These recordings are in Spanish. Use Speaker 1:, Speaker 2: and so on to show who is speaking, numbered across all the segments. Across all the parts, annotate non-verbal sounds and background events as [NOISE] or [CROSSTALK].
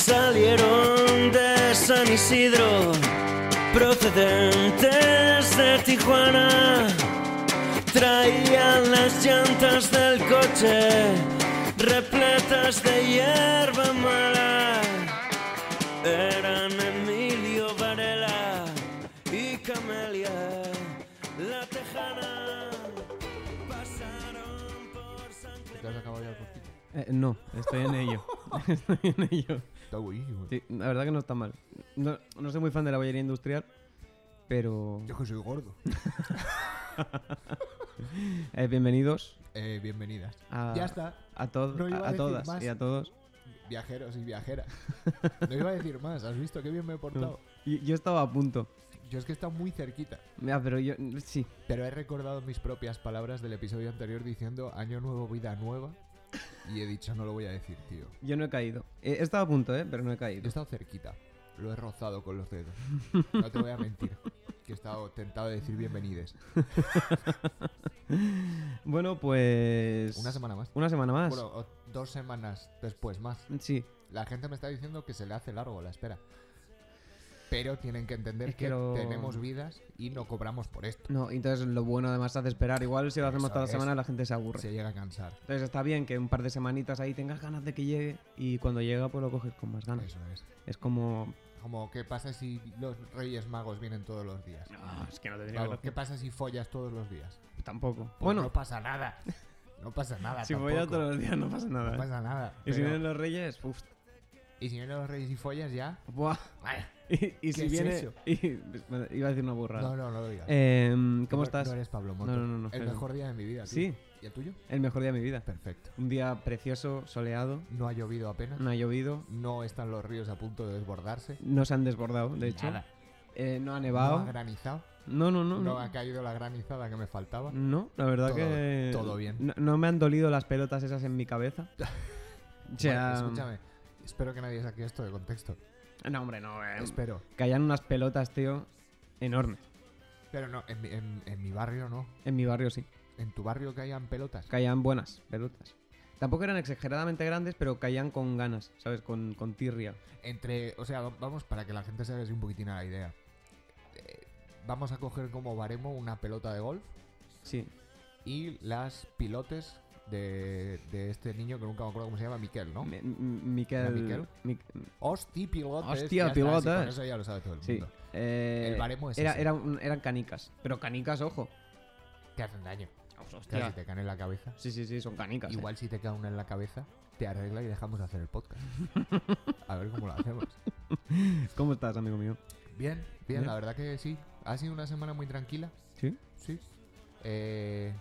Speaker 1: Salieron de San Isidro, procedentes de Tijuana. Traían las llantas del coche repletas de hierba mala. Eran Emilio Varela y Camelia, la tejana. Pasaron por San
Speaker 2: ¿Te has
Speaker 1: Clemente.
Speaker 2: acabado ya el cortito?
Speaker 3: Eh, no, estoy en ello. [LAUGHS] estoy en ello.
Speaker 2: Está buenísimo.
Speaker 3: Sí, la verdad que no está mal. No, no soy muy fan de la bollería industrial, pero
Speaker 2: Yo que soy
Speaker 3: [LAUGHS]
Speaker 2: gordo.
Speaker 3: eh, bienvenidos
Speaker 2: Eh, bienvenidas.
Speaker 3: a,
Speaker 2: Ya está.
Speaker 3: a, todos
Speaker 2: No iba a
Speaker 3: a, a
Speaker 2: decir
Speaker 3: todas
Speaker 2: más.
Speaker 3: y a todos.
Speaker 2: Viajeros y
Speaker 3: [LAUGHS]
Speaker 2: viajeras. No iba a decir más. ¿Has visto qué bien me he portado?
Speaker 3: Y- Yo, estaba a punto.
Speaker 2: Yo es que he estado muy cerquita.
Speaker 3: Mira, pero yo sí.
Speaker 2: Pero he recordado mis propias palabras del episodio anterior diciendo año nuevo, vida nueva. Y he dicho, no lo voy a decir, tío.
Speaker 3: Yo no he caído. Eh, He estado a punto, ¿eh? Pero no he
Speaker 2: He
Speaker 3: caído.
Speaker 2: estado cerquita. Lo he rozado con los dedos. No te voy a mentir. Que he estado tentado de decir
Speaker 3: [LAUGHS]
Speaker 2: bienvenides.
Speaker 3: Bueno, pues...
Speaker 2: Una semana más.
Speaker 3: Una semana más.
Speaker 2: Bueno, o dos semanas después más.
Speaker 3: Sí,
Speaker 2: La gente me está diciendo que se le hace largo la espera. Pero tienen que entender
Speaker 3: Es que
Speaker 2: que
Speaker 3: lo-
Speaker 2: tenemos vidas y no cobramos por esto.
Speaker 3: no, y entonces lo bueno además hace esperar. Igual si lo hacemos
Speaker 2: Eso
Speaker 3: toda la
Speaker 2: es.
Speaker 3: semana la gente se aburre.
Speaker 2: Se llega a cansar.
Speaker 3: Entonces está bien que un par de semanitas ahí tengas ganas de que llegue y cuando llega pues lo coges con más ganas.
Speaker 2: Eso es.
Speaker 3: Es como...
Speaker 2: Como, ¿qué pasa si los Reyes Magos vienen todos los días?
Speaker 3: es que no
Speaker 2: Vamos, ¿Qué pasa si follas todos los días?
Speaker 3: Tampoco.
Speaker 2: Pues
Speaker 3: Bueno,
Speaker 2: no pasa nada. No
Speaker 3: [LAUGHS]
Speaker 2: pasa nada.
Speaker 3: si
Speaker 2: tampoco.
Speaker 3: follas todos los días no pasa nada.
Speaker 2: No
Speaker 3: ¿eh?
Speaker 2: pasa nada.
Speaker 3: Y si
Speaker 2: pero-
Speaker 3: vienen los reyes, uff.
Speaker 2: y si vienen los Reyes y follas ya.
Speaker 3: Buah.
Speaker 2: Ay,
Speaker 3: Y, y si
Speaker 2: es
Speaker 3: viene...
Speaker 2: eso?
Speaker 3: y- pues, bueno, iba a decir una burrada.
Speaker 2: No, no, no lo digas.
Speaker 3: Em, ¿Cómo
Speaker 2: No-
Speaker 3: estás?
Speaker 2: No eres Pablo Moto.
Speaker 3: No, no, no, no,
Speaker 2: El
Speaker 3: pero-
Speaker 2: mejor día de mi vida. tío.
Speaker 3: Sí.
Speaker 2: ¿Y el tuyo?
Speaker 3: El mejor día de mi vida.
Speaker 2: Perfecto.
Speaker 3: Un día precioso, soleado,
Speaker 2: No ha llovido apenas.
Speaker 3: no ha llovido,
Speaker 2: No están los ríos a punto de desbordarse.
Speaker 3: no se han desbordado, de hecho.
Speaker 2: Nada.
Speaker 3: Eh, no ha
Speaker 2: No ha
Speaker 3: nevado.
Speaker 2: granizado.
Speaker 3: No, no, Mm, no.
Speaker 2: No,
Speaker 3: No,
Speaker 2: ha caído la granizada que me faltaba.
Speaker 3: No, la verdad
Speaker 2: Todo-
Speaker 3: que.
Speaker 2: todo bien.
Speaker 3: No, no me han dolido las pelotas esas en
Speaker 2: [LAUGHS]
Speaker 3: mi cabeza. O sea.
Speaker 2: Bueno, escúchame. Espero que nadie saque esto de contexto.
Speaker 3: No, hombre, no. eh,
Speaker 2: Espero.
Speaker 3: Caían unas pelotas, tío, enormes.
Speaker 2: Pero no, en, mi- en- en mi barrio no.
Speaker 3: En mi barrio sí.
Speaker 2: En tu barrio caían pelotas.
Speaker 3: Caían buenas pelotas. Tampoco eran exageradamente grandes, pero caían con ganas, ¿sabes? Con, con tirria.
Speaker 2: Entre. O sea, va- vamos para que la gente se haga así un poquitín a la idea. Eh, vamos a coger como baremo una pelota de golf
Speaker 3: Sí.
Speaker 2: y las pilotes de, de este niño que nunca me acuerdo cómo se llama, Miquel, ¿no?
Speaker 3: Mi- mi- Miquel.
Speaker 2: Miquel?
Speaker 3: Mi-
Speaker 2: Hosti pilotes.
Speaker 3: Hostia,
Speaker 2: ya está, sí, con
Speaker 3: pilotes.
Speaker 2: eso ya lo sabe todo el
Speaker 3: Sí.
Speaker 2: mundo.
Speaker 3: Eh,
Speaker 2: El baremo es
Speaker 3: era,
Speaker 2: ese.
Speaker 3: era un- eran canicas. Pero canicas, ojo.
Speaker 2: Te hacen daño. Claro,
Speaker 3: Hostia.
Speaker 2: si te caen en la cabeza.
Speaker 3: Sí, sí, sí, son canicas. eh.
Speaker 2: Igual si te cae una en la cabeza, te arregla y dejamos de hacer el
Speaker 3: [LAUGHS]
Speaker 2: podcast. A ver cómo lo hacemos.
Speaker 3: ¿Cómo estás, amigo mío?
Speaker 2: Bien, bien,
Speaker 3: Bien.
Speaker 2: la verdad que sí. Ha sido una semana muy tranquila,
Speaker 3: ¿Sí?
Speaker 2: sí. Eh,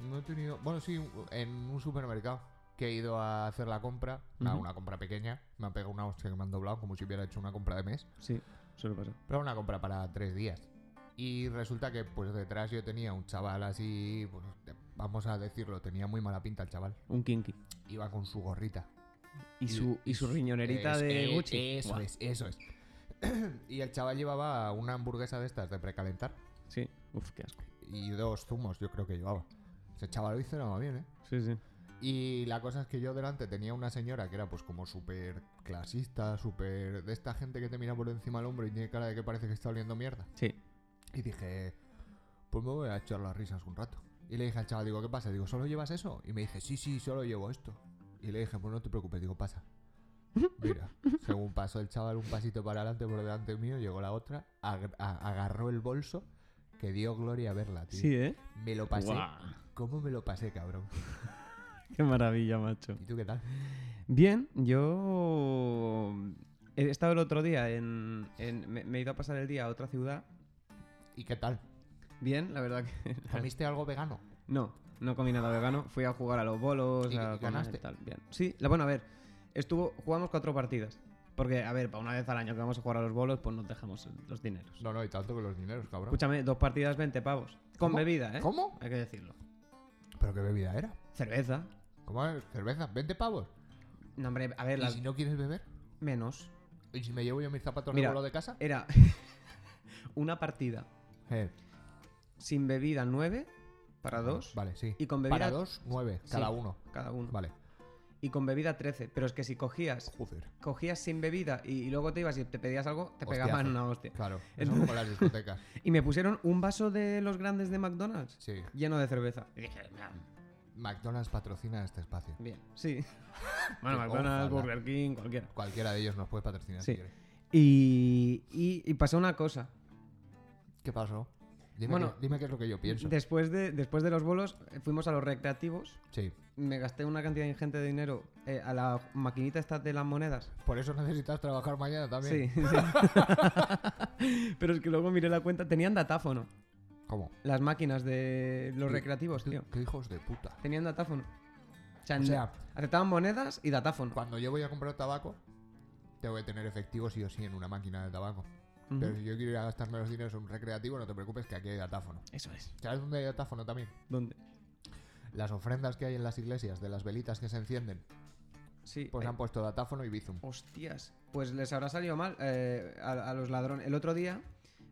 Speaker 2: no he tenido... Bueno, sí, en un supermercado que he ido a hacer la compra, nada,
Speaker 3: Ujú.
Speaker 2: una compra pequeña, me han pegado una hostia que me han doblado como si hubiera hecho una compra de mes,
Speaker 3: Sí, suele pasar.
Speaker 2: pero una compra para tres días. Y resulta que pues detrás yo tenía un chaval así, pues, vamos a decirlo, tenía muy mala pinta el chaval.
Speaker 3: Un kinky.
Speaker 2: Iba con su gorrita,
Speaker 3: Y su, y su riñonerita
Speaker 2: Es-
Speaker 3: de
Speaker 2: eh,
Speaker 3: Gucci.
Speaker 2: Eso
Speaker 3: Buah.
Speaker 2: es, eso es. [CLEARS THROAT] y el chaval llevaba una hamburguesa de estas de precalentar
Speaker 3: Sí. Uf, qué asco.
Speaker 2: y dos zumos, yo creo que llevaba. Ese chaval lo hizo nada bien, ¿eh?
Speaker 3: Sí, sí.
Speaker 2: Y la cosa es que yo delante tenía una señora que era pues como súper clasista, súper... De esta gente que te mira por encima del hombro y tiene cara de que parece que está oliendo mierda.
Speaker 3: Sí.
Speaker 2: Y dije, pues me voy a echar las risas un rato. Y le dije al chaval, digo, ¿qué pasa? Digo, ¿solo llevas eso? Y me dice, sí, sí, solo llevo esto. Y le dije, pues no te preocupes, digo,
Speaker 3: [LAUGHS]
Speaker 2: pasa. Mira, según pasó el chaval un pasito para adelante por delante mío, llegó la otra, ag- a- agarró el bolso, que dio gloria verla, tío.
Speaker 3: Sí, ¿eh?
Speaker 2: Me lo pasé.
Speaker 3: Guau.
Speaker 2: ¿Cómo me lo pasé, cabrón?
Speaker 3: Qué maravilla, macho.
Speaker 2: ¿Y tú qué tal?
Speaker 3: Bien, yo... mm, He estado el otro día en... en- me, me he ido a pasar el día a otra ciudad.
Speaker 2: ¿Y qué tal?
Speaker 3: Bien, la verdad que... [LAUGHS]
Speaker 2: ¿Comiste algo vegano?
Speaker 3: No, no comí nada vegano. Fui a jugar a los bolos,
Speaker 2: ¿Y- y
Speaker 3: a comer
Speaker 2: ganaste?
Speaker 3: tal. Bien. Sí, la, bueno, a ver, estuvo, jugamos cuatro partidas. Porque, a ver, para una vez al año que vamos a jugar a los bolos, pues nos dejamos los dineros.
Speaker 2: No, no, y tanto que los dineros, cabrón.
Speaker 3: Escúchame, dos partidas, 20 pavos. Con
Speaker 2: ¿Cómo?
Speaker 3: bebida, ¿eh?
Speaker 2: ¿Cómo?
Speaker 3: Hay que decirlo.
Speaker 2: ¿Pero qué bebida era?
Speaker 3: Cerveza.
Speaker 2: ¿Cómo es? ¿Cerveza? ¿20 pavos?
Speaker 3: No, hombre, a ver,
Speaker 2: ¿Y
Speaker 3: las
Speaker 2: si no quieres beber?
Speaker 3: menos.
Speaker 2: ¿Y si me llevo yo mis zapatos
Speaker 3: [LAUGHS] Mira,
Speaker 2: de bolo de casa?
Speaker 3: Era una partida
Speaker 2: Eh,
Speaker 3: sin bebida 9 para dos
Speaker 2: Vale, sí.
Speaker 3: y con bebida
Speaker 2: Para dos, nueve,
Speaker 3: Sí.
Speaker 2: cada uno.
Speaker 3: cada uno.
Speaker 2: Vale.
Speaker 3: Y con bebida 13. Pero es que si cogías,
Speaker 2: Joder.
Speaker 3: cogías sin bebida y, y luego te ibas y te pedías algo, te
Speaker 2: Hostiazo.
Speaker 3: pegaban una hostia.
Speaker 2: Claro, eso es como las
Speaker 3: [LAUGHS]
Speaker 2: discotecas.
Speaker 3: Y me pusieron un vaso de los grandes de McDonald's
Speaker 2: Sí.
Speaker 3: lleno de cerveza. Y dije, "Nah,
Speaker 2: McDonald's patrocina este espacio.
Speaker 3: bien,
Speaker 2: [LAUGHS]
Speaker 3: sí. bueno,
Speaker 2: Ojalá.
Speaker 3: McDonald's, Burger King, cualquiera.
Speaker 2: Cualquiera de ellos nos puede patrocinar
Speaker 3: Sí.
Speaker 2: si quiere.
Speaker 3: Y, y, y pasó una cosa.
Speaker 2: ¿Qué pasó? Dime,
Speaker 3: Bueno,
Speaker 2: qué, dime qué es lo que yo pienso.
Speaker 3: Después de, después de los bolos, eh, fuimos a los recreativos.
Speaker 2: Sí.
Speaker 3: Me gasté una cantidad ingente de dinero eh, a la maquinita esta de las monedas.
Speaker 2: Por eso necesitas trabajar mañana también.
Speaker 3: Sí,
Speaker 2: [LAUGHS]
Speaker 3: sí. [LAUGHS] Pero es que luego miré la cuenta. Tenían datáfono.
Speaker 2: ¿Cómo?
Speaker 3: Las máquinas de los
Speaker 2: Sí.
Speaker 3: recreativos,
Speaker 2: ¿Qué,
Speaker 3: tío.
Speaker 2: qué hijos de puta.
Speaker 3: Tenían datáfono. O sea,
Speaker 2: O sea,
Speaker 3: aceptaban monedas y datáfono.
Speaker 2: cuando yo voy a comprar tabaco, tengo que tener efectivo sí o sí en una máquina de tabaco.
Speaker 3: Ujú.
Speaker 2: Pero si yo quiero ir a gastarme los dineros en un recreativo, no te preocupes que aquí hay datáfono.
Speaker 3: Eso es.
Speaker 2: ¿Sabes dónde hay datáfono también?
Speaker 3: ¿Dónde?
Speaker 2: Las ofrendas que hay en las iglesias de las velitas que se encienden,
Speaker 3: Sí.
Speaker 2: pues
Speaker 3: ahí.
Speaker 2: han puesto datáfono y bizum.
Speaker 3: Eh, Hostias. Pues les habrá salido mal eh, a, a los ladrones. El otro día,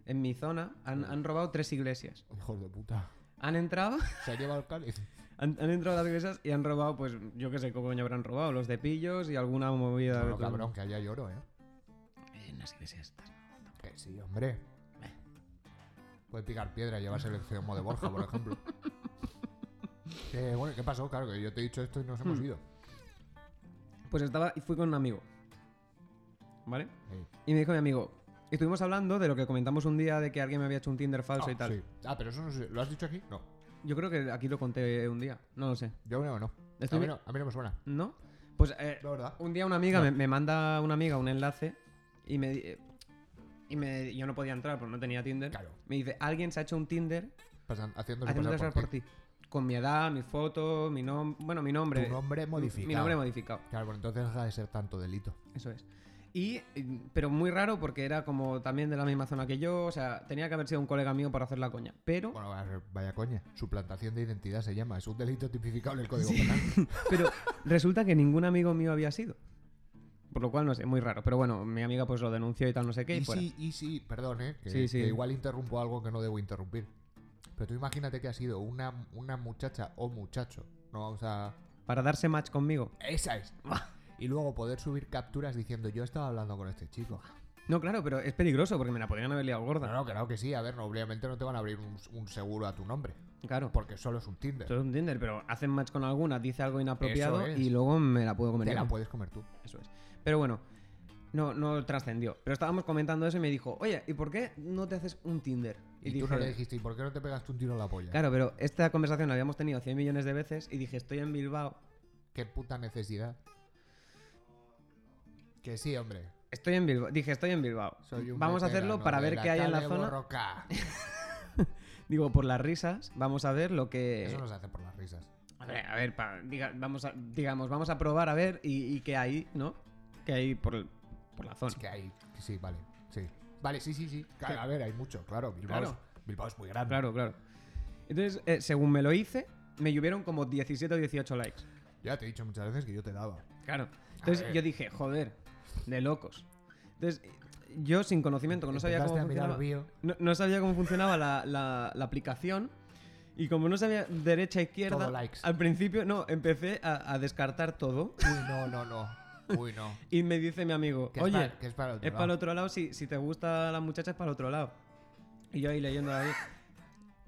Speaker 3: en mi zona, han, han robado tres iglesias.
Speaker 2: Hijos de puta.
Speaker 3: Han entrado, [LAUGHS]
Speaker 2: Se ha llevado el cáliz.
Speaker 3: han, han entrado a las iglesias y han robado, pues yo qué sé, ¿cómo coño habrán robado? Los de pillos y alguna movida. de
Speaker 2: Bueno,
Speaker 3: otro-
Speaker 2: cabrón, que allá lloro, ¿eh?
Speaker 3: En las iglesias estas.
Speaker 2: Que sí, hombre. Puede picar piedra y llevarse el extremo de Borja, por [LAUGHS] ejemplo. Que, bueno, ¿qué pasó? Claro, que yo te he dicho esto y nos hemos ido.
Speaker 3: Pues estaba y fui con un amigo. ¿Vale?
Speaker 2: Sí.
Speaker 3: Y me dijo mi amigo, estuvimos hablando de lo que comentamos un día de que alguien me había hecho un Tinder falso
Speaker 2: ah,
Speaker 3: y tal.
Speaker 2: sí. Ah, pero eso no sé. ¿Lo has dicho aquí? No.
Speaker 3: Yo creo que aquí lo conté un día, no lo sé.
Speaker 2: Yo creo que no.
Speaker 3: Estoy
Speaker 2: A, mí
Speaker 3: bien.
Speaker 2: no a mí no me suena.
Speaker 3: ¿No? Pues eh,
Speaker 2: La verdad.
Speaker 3: un día una amiga
Speaker 2: No.
Speaker 3: me, me manda una amiga un enlace y me, di- y me yo no podía entrar porque no tenía Tinder.
Speaker 2: Claro.
Speaker 3: Me dice, alguien se ha hecho un Tinder
Speaker 2: Pasan- haciéndose
Speaker 3: haciendo
Speaker 2: pasar por, ti.
Speaker 3: Con mi edad, mi foto, mi nombre, bueno, mi nombre.
Speaker 2: Tu nombre modificado.
Speaker 3: Mi nombre modificado.
Speaker 2: Claro, bueno, entonces deja de ser tanto delito.
Speaker 3: Eso es. Y, eh, pero muy raro porque era como también de la misma zona que yo, o sea, tenía que haber sido un colega mío para hacer la coña. Pero,
Speaker 2: Bueno, vaya- vaya coña. Suplantación de identidad se llama. Es un delito tipificado en el Código
Speaker 3: [LAUGHS]
Speaker 2: Penal.
Speaker 3: pero resulta que ningún amigo mío había sido. Por lo cual, no sé, muy raro. Pero bueno, mi amiga pues lo denunció y tal, no sé qué. Y
Speaker 2: Y
Speaker 3: fuera.
Speaker 2: sí, y sí, perdón, ¿eh? Que,
Speaker 3: Sí, sí.
Speaker 2: que igual interrumpo algo que no debo interrumpir. Pero tú imagínate que ha sido una, una muchacha o muchacho. No vamos a.
Speaker 3: Para darse match conmigo.
Speaker 2: Esa
Speaker 3: [LAUGHS]
Speaker 2: es. Y luego poder subir capturas diciendo yo estaba hablando con este chico.
Speaker 3: No, claro, pero es peligroso porque me la podrían haber liado
Speaker 2: No,
Speaker 3: gorda.
Speaker 2: no, claro que sí. A ver, no, obviamente no te van a abrir un, un seguro a tu nombre.
Speaker 3: Claro.
Speaker 2: Porque solo es un Tinder.
Speaker 3: Todo es un Tinder, pero hacen match con alguna, dice algo inapropiado
Speaker 2: Eso es.
Speaker 3: y luego me la puedo comer.
Speaker 2: Te
Speaker 3: yo.
Speaker 2: la puedes comer tú.
Speaker 3: Eso es. Pero bueno, no, no trascendió. Pero estábamos comentando eso y me dijo, oye, ¿y por qué no te haces un Tinder?
Speaker 2: Y, tú no le dijiste, ¿y por qué no te pegaste un tiro en la polla?
Speaker 3: Claro, pero esta conversación la habíamos tenido 100 millones de veces y dije, estoy en Bilbao.
Speaker 2: Qué puta necesidad. Que sí, hombre.
Speaker 3: Estoy en Bilbao. Dije, estoy en Bilbao.
Speaker 2: Soy un
Speaker 3: Vamos a hacerlo
Speaker 2: veterano
Speaker 3: para
Speaker 2: de
Speaker 3: ver
Speaker 2: la
Speaker 3: qué hay en la
Speaker 2: calle
Speaker 3: zona. [LAUGHS]
Speaker 2: Borroca.
Speaker 3: Digo, por las risas, vamos a ver lo que...
Speaker 2: Eso no se hace por las risas.
Speaker 3: A ver, a ver, pa- diga- vamos a, digamos, vamos a probar a ver y, y qué hay, ¿no? Qué hay por, el- por la zona.
Speaker 2: Es que hay. Sí, vale. Sí. Vale, sí, sí, sí. Claro, a ver, hay mucho, claro. Bilbao,
Speaker 3: Claro.
Speaker 2: Es, Bilbao es muy grande.
Speaker 3: Claro, claro. Entonces, eh, según me lo hice, me llovieron como 17 o 18 likes.
Speaker 2: Ya te he dicho muchas veces que yo te daba.
Speaker 3: Claro. Entonces
Speaker 2: ver.
Speaker 3: yo dije, joder, de locos. Entonces, yo sin conocimiento, que no sabía
Speaker 2: Empezaste
Speaker 3: cómo
Speaker 2: a mirar
Speaker 3: funcionaba,
Speaker 2: bio.
Speaker 3: no, no sabía cómo funcionaba la, la- la aplicación. Y como no sabía derecha, izquierda,
Speaker 2: Todo likes.
Speaker 3: al principio no, empecé a, a descartar todo.
Speaker 2: Uy, no, no, no. Uy, no.
Speaker 3: Y me dice mi amigo,
Speaker 2: Que es
Speaker 3: oye,
Speaker 2: pa- que es para el otro
Speaker 3: es para el
Speaker 2: lado.
Speaker 3: otro lado, si, si te gusta la muchacha es para el otro lado. Y yo ahí leyendo ahí.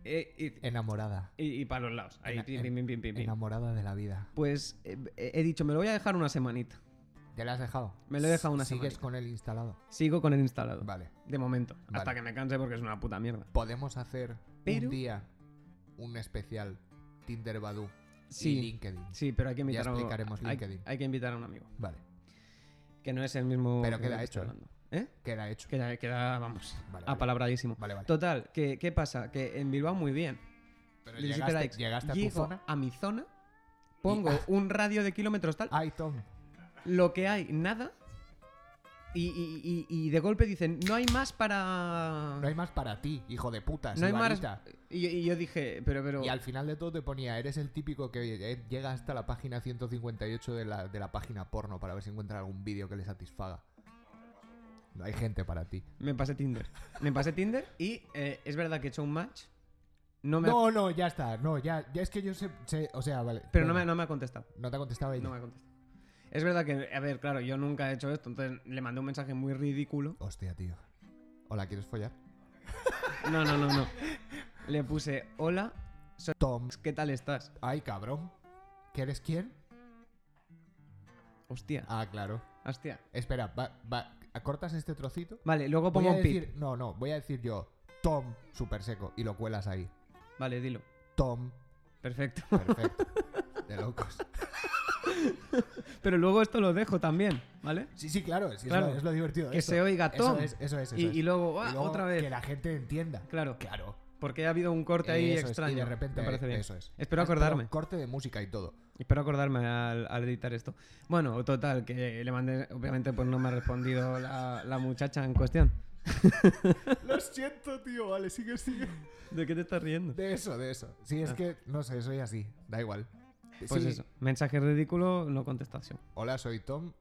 Speaker 3: Eh, y,
Speaker 2: Enamorada.
Speaker 3: y- y para los lados. Ahí,
Speaker 2: Ena-
Speaker 3: pim, pim, pim, pim, pim, pim.
Speaker 2: Enamorada de la vida.
Speaker 3: Pues eh, he dicho, me lo voy a dejar una semanita.
Speaker 2: ¿Te la has dejado?
Speaker 3: Me lo he dejado una
Speaker 2: Sigues
Speaker 3: semanita.
Speaker 2: con él instalado.
Speaker 3: Sigo con el instalado.
Speaker 2: Vale.
Speaker 3: De momento.
Speaker 2: Vale.
Speaker 3: Hasta que me canse porque es una puta mierda.
Speaker 2: Podemos hacer
Speaker 3: Pero-
Speaker 2: un día un especial Tinder Badu y
Speaker 3: Sí,
Speaker 2: LinkedIn.
Speaker 3: sí, pero hay que invitar a un
Speaker 2: explicaremos
Speaker 3: hay,
Speaker 2: LinkedIn.
Speaker 3: hay que invitar a un amigo.
Speaker 2: Vale.
Speaker 3: Que no es el mismo.
Speaker 2: Pero
Speaker 3: que
Speaker 2: queda
Speaker 3: del que
Speaker 2: hecho, ¿eh?
Speaker 3: estoy hablando. ¿Eh?
Speaker 2: Queda hecho.
Speaker 3: Queda, queda, vamos,
Speaker 2: Vale, vale.
Speaker 3: apalabradísimo.
Speaker 2: Vale, vale.
Speaker 3: Total, que, ¿qué pasa? Que en Bilbao muy bien.
Speaker 2: Pero
Speaker 3: 17
Speaker 2: llegaste,
Speaker 3: likes.
Speaker 2: llegaste a tu
Speaker 3: Llego
Speaker 2: zona. ah.
Speaker 3: a mi zona, pongo un radio de kilómetros tal,
Speaker 2: Ay, Tom.
Speaker 3: lo que hay, nada. Y, y- y- y de golpe dicen, no hay más para.
Speaker 2: No hay más para ti, hijo de puta.
Speaker 3: No hay más.
Speaker 2: sibarita.
Speaker 3: Y, y yo dije, pero, pero.
Speaker 2: Y al final de todo te ponía, eres el típico que eh, llega hasta la página 158 de la, de la página porno para ver si encuentra algún vídeo que le satisfaga. No hay gente para ti.
Speaker 3: Me pasé Tinder. Me pasé Tinder y eh, es verdad que he hecho un match No me ha-
Speaker 2: No, no, ya está. No, ya, ya es que yo sé, sé- O sea, vale.
Speaker 3: pero no me,
Speaker 2: venga.
Speaker 3: no me ha contestado.
Speaker 2: No te ha contestado ella.
Speaker 3: No me ha contestado. Es verdad que, a ver, claro, yo nunca he hecho esto, entonces le mandé un mensaje muy ridículo.
Speaker 2: Hostia, tío. Hola, ¿quieres follar?
Speaker 3: No, no, no, no.
Speaker 2: [LAUGHS]
Speaker 3: Le puse, hola,
Speaker 2: Tom.
Speaker 3: ¿qué tal estás?
Speaker 2: Ay, cabrón. ¿Quieres quién?
Speaker 3: Hostia,
Speaker 2: Ah, claro.
Speaker 3: hostia.
Speaker 2: Espera, va, va. ¿Cortas este trocito?
Speaker 3: Vale, luego
Speaker 2: Voy
Speaker 3: pongo
Speaker 2: a
Speaker 3: un pip.
Speaker 2: decir, no, no, voy a decir yo Tom super seco y lo cuelas ahí.
Speaker 3: Vale, dilo.
Speaker 2: Tom,
Speaker 3: Perfecto. [LAUGHS]
Speaker 2: perfecto. De locos.
Speaker 3: Pero luego esto lo dejo también, ¿vale?
Speaker 2: Sí, sí, claro, es, que es
Speaker 3: Claro.
Speaker 2: lo, es lo divertido. de
Speaker 3: Que
Speaker 2: esto.
Speaker 3: se oiga
Speaker 2: Eso
Speaker 3: Tom.
Speaker 2: es, eso es, eso
Speaker 3: y,
Speaker 2: es.
Speaker 3: y luego,
Speaker 2: Y
Speaker 3: ah,
Speaker 2: luego
Speaker 3: otra vez.
Speaker 2: Que la gente entienda.
Speaker 3: Claro,
Speaker 2: Claro.
Speaker 3: porque ha habido un corte ahí
Speaker 2: Eso es,
Speaker 3: extraño.
Speaker 2: Y de repente,
Speaker 3: me parece bien.
Speaker 2: eso es.
Speaker 3: Espero
Speaker 2: Ah, pero
Speaker 3: acordarme.
Speaker 2: Corte de música y
Speaker 3: [LAUGHS]
Speaker 2: todo.
Speaker 3: Espero acordarme al, al editar esto. Bueno, total, que le mandé, obviamente, pues no me ha respondido la, la muchacha en cuestión.
Speaker 2: Lo siento, tío, vale, sigue, sigue.
Speaker 3: [LAUGHS] ¿De qué te estás riendo?
Speaker 2: De eso, de eso. Sí, es que, no sé, soy así, da igual.
Speaker 3: Ah. Pues
Speaker 2: Sí,
Speaker 3: eso, mensaje ridículo, no contestación.
Speaker 2: Hola, soy Tom.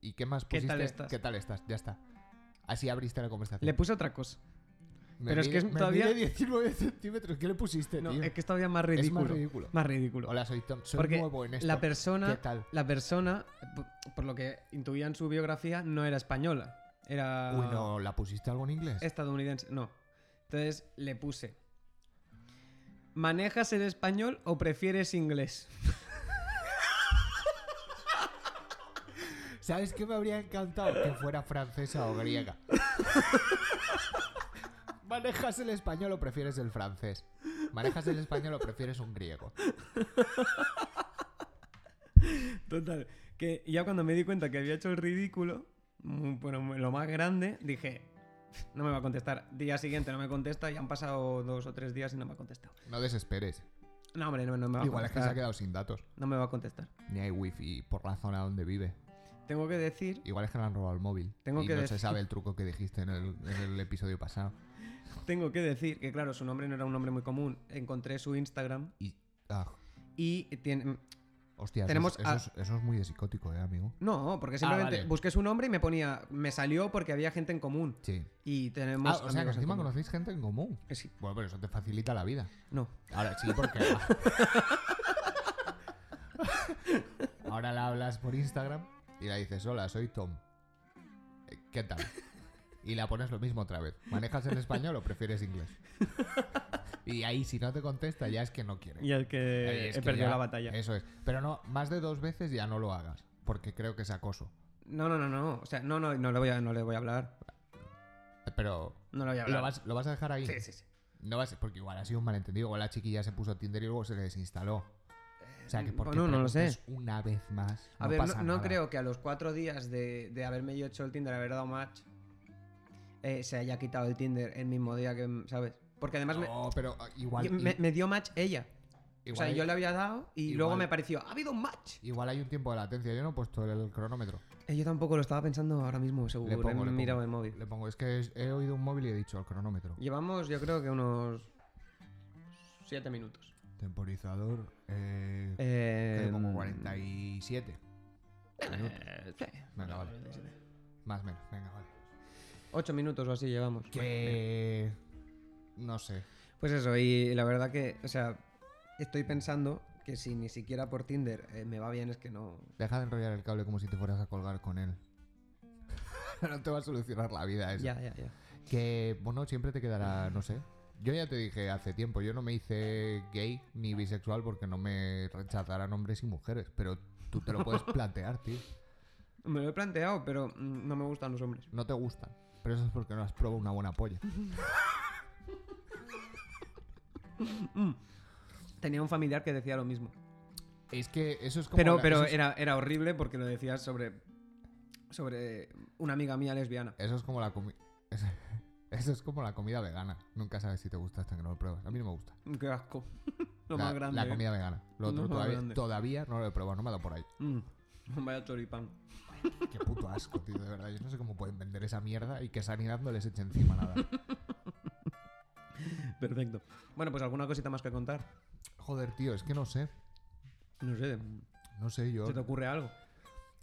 Speaker 2: ¿Y qué más
Speaker 3: ¿Qué
Speaker 2: pusiste?
Speaker 3: tal estás?
Speaker 2: ¿Qué tal estás? Ya está. Así abriste la conversación.
Speaker 3: Le puse otra cosa.
Speaker 2: Me
Speaker 3: pero es que es
Speaker 2: me
Speaker 3: todavía-
Speaker 2: mide 19 centímetros. ¿Qué le pusiste,
Speaker 3: No,
Speaker 2: tío?
Speaker 3: es que es todavía más
Speaker 2: Es
Speaker 3: ridículo.
Speaker 2: más ridículo.
Speaker 3: Más ridículo.
Speaker 2: Hola, soy Tom. Soy
Speaker 3: Porque
Speaker 2: nuevo en esto.
Speaker 3: la
Speaker 2: ¿Qué
Speaker 3: persona,
Speaker 2: tal?
Speaker 3: la persona, por- por lo que intuía en su biografía, no era española. Era
Speaker 2: Uy, no, ¿la pusiste algo en inglés?
Speaker 3: estadounidense. No. Entonces le puse. ¿Manejas el español o prefieres inglés? [LAUGHS]
Speaker 2: ¿Sabes qué me habría encantado? Que fuera francesa o
Speaker 3: [LAUGHS]
Speaker 2: griega. ¿Manejas el español o prefieres el francés? ¿Manejas el español o prefieres un griego?
Speaker 3: Total, que ya cuando me di cuenta que había hecho el ridículo, mm, bueno, lo más grande, dije, no me va a contestar. Día siguiente no me contesta y han pasado dos o tres días y no me ha contestado.
Speaker 2: No desesperes.
Speaker 3: No, hombre, no, no me va
Speaker 2: Igual
Speaker 3: a
Speaker 2: es que se ha
Speaker 3: contestar.
Speaker 2: quedado sin datos.
Speaker 3: No me va a contestar.
Speaker 2: Ni hay wifi por la zona donde vive.
Speaker 3: Tengo que decir,
Speaker 2: Igual es que le han robado el móvil.
Speaker 3: Tengo
Speaker 2: y
Speaker 3: que
Speaker 2: no
Speaker 3: decir-
Speaker 2: se
Speaker 3: [LAUGHS]
Speaker 2: sabe el truco que dijiste en el, en el episodio pasado.
Speaker 3: tengo que decir que claro, su nombre no era un nombre muy común. Encontré su Instagram
Speaker 2: Y. Ah,
Speaker 3: y tiene
Speaker 2: hostia, eso es-
Speaker 3: Tenemos
Speaker 2: eso,
Speaker 3: a-
Speaker 2: es, eso es muy de psicótico, ¿eh, amigo?
Speaker 3: no, porque simplemente
Speaker 2: vale.
Speaker 3: busqué su nombre y me ponía, me salió porque había gente en común
Speaker 2: Sí.
Speaker 3: y
Speaker 2: Ah,
Speaker 3: tenemos
Speaker 2: o sea, que
Speaker 3: amigos en
Speaker 2: encima
Speaker 3: común.
Speaker 2: conocéis gente en común.
Speaker 3: Eh, sí,
Speaker 2: Bueno, pero eso te facilita la vida.
Speaker 3: no.
Speaker 2: Ahora sí, porque.
Speaker 3: [LAUGHS]
Speaker 2: [LAUGHS] Ahora la hablas por Instagram y la dices: Hola, soy Tom. Eh, ¿Qué tal? Y la pones lo mismo otra vez. ¿Manejas el español o prefieres
Speaker 3: [LAUGHS]
Speaker 2: inglés? Y ahí, si no te contesta, ya es que no quiere.
Speaker 3: Y el
Speaker 2: Ahí
Speaker 3: que
Speaker 2: es
Speaker 3: Eh, he
Speaker 2: que
Speaker 3: perdido
Speaker 2: ya-
Speaker 3: la batalla.
Speaker 2: Eso es. Pero no, más de dos veces ya no lo hagas. Porque creo que es acoso.
Speaker 3: No, no, no, no. O sea, no, no, no le voy a, no le voy a hablar.
Speaker 2: Eh, Pero.
Speaker 3: No le voy a hablar.
Speaker 2: ¿Lo vas, lo vas a dejar ahí?
Speaker 3: Sí, sí, sí.
Speaker 2: No vas, porque igual ha sido un malentendido. Igual la chiquilla se puso Tinder y luego se le desinstaló. O sea que
Speaker 3: Eh,
Speaker 2: porque
Speaker 3: bueno, no lo
Speaker 2: preguntes
Speaker 3: sé.
Speaker 2: una vez más.
Speaker 3: A
Speaker 2: no
Speaker 3: ver,
Speaker 2: pasa
Speaker 3: no, no
Speaker 2: nada.
Speaker 3: creo que a los cuatro días de, de haberme yo hecho el Tinder, haber dado match, eh, se haya quitado el Tinder el mismo día que, ¿sabes? Porque además me-
Speaker 2: No, pero ah, igual.
Speaker 3: me, me,
Speaker 2: i-
Speaker 3: dio match ella.
Speaker 2: igual,
Speaker 3: o sea,
Speaker 2: hay,
Speaker 3: yo le había dado y luego
Speaker 2: igual-
Speaker 3: me pareció, ha habido un match.
Speaker 2: igual hay un tiempo de latencia. Yo no he puesto el, el cronómetro.
Speaker 3: Eh, yo tampoco lo estaba pensando ahora mismo, seguro.
Speaker 2: Le pongo,
Speaker 3: he
Speaker 2: le
Speaker 3: mirado
Speaker 2: pongo.
Speaker 3: el móvil.
Speaker 2: Le pongo, es que es- he oído un móvil y he dicho el cronómetro.
Speaker 3: Llevamos, yo creo que unos siete minutos.
Speaker 2: Temporizador. Eh,
Speaker 3: Eh,
Speaker 2: creo como 47. minutos.
Speaker 3: eh, sí.
Speaker 2: Venga, vale. Más o menos, venga, vale.
Speaker 3: Ocho minutos o así llevamos.
Speaker 2: Que. No sé.
Speaker 3: Pues eso, y la verdad que, o sea, estoy pensando que si ni siquiera por Tinder eh, me va bien es que no...
Speaker 2: Deja de enrollar el cable como si te fueras a colgar con él. [LAUGHS] no te va a solucionar la vida eso.
Speaker 3: Ya, ya, ya.
Speaker 2: Que, bueno, siempre te quedará, no sé. Yo ya te dije hace tiempo, yo no me hice gay ni bisexual porque no me rechazaran hombres y mujeres, pero tú te lo
Speaker 3: [LAUGHS]
Speaker 2: puedes plantear, tío.
Speaker 3: Me lo he planteado, pero mm, no me gustan los hombres.
Speaker 2: No te gustan, pero eso es porque no has probado una buena polla.
Speaker 3: Tenía un familiar que decía lo mismo.
Speaker 2: Es que eso es como...
Speaker 3: Pero,
Speaker 2: la-
Speaker 3: pero
Speaker 2: eso es-
Speaker 3: era, era horrible porque lo decía sobre, sobre una amiga mía lesbiana.
Speaker 2: Eso es como la comi- [LAUGHS] eso- Eso es como la comida vegana. Nunca sabes si te gusta hasta que no lo pruebas. A mí no me gusta.
Speaker 3: Mm, Qué asco. [LAUGHS] lo
Speaker 2: la,
Speaker 3: más grande.
Speaker 2: La
Speaker 3: eh.
Speaker 2: comida vegana. Lo
Speaker 3: Lo
Speaker 2: otro
Speaker 3: más grande.
Speaker 2: todavía, todavía no lo he probado, no me ha dado por ahí.
Speaker 3: Mm, Vaya choripán.
Speaker 2: Qué puto asco, tío, de verdad. Yo no sé cómo pueden vender esa mierda y que sanidad no les eche encima nada.
Speaker 3: Perfecto. Bueno, pues alguna cosita más que contar.
Speaker 2: Joder, tío, es que no sé.
Speaker 3: No sé,
Speaker 2: No sé, yo.
Speaker 3: ¿se te ocurre algo?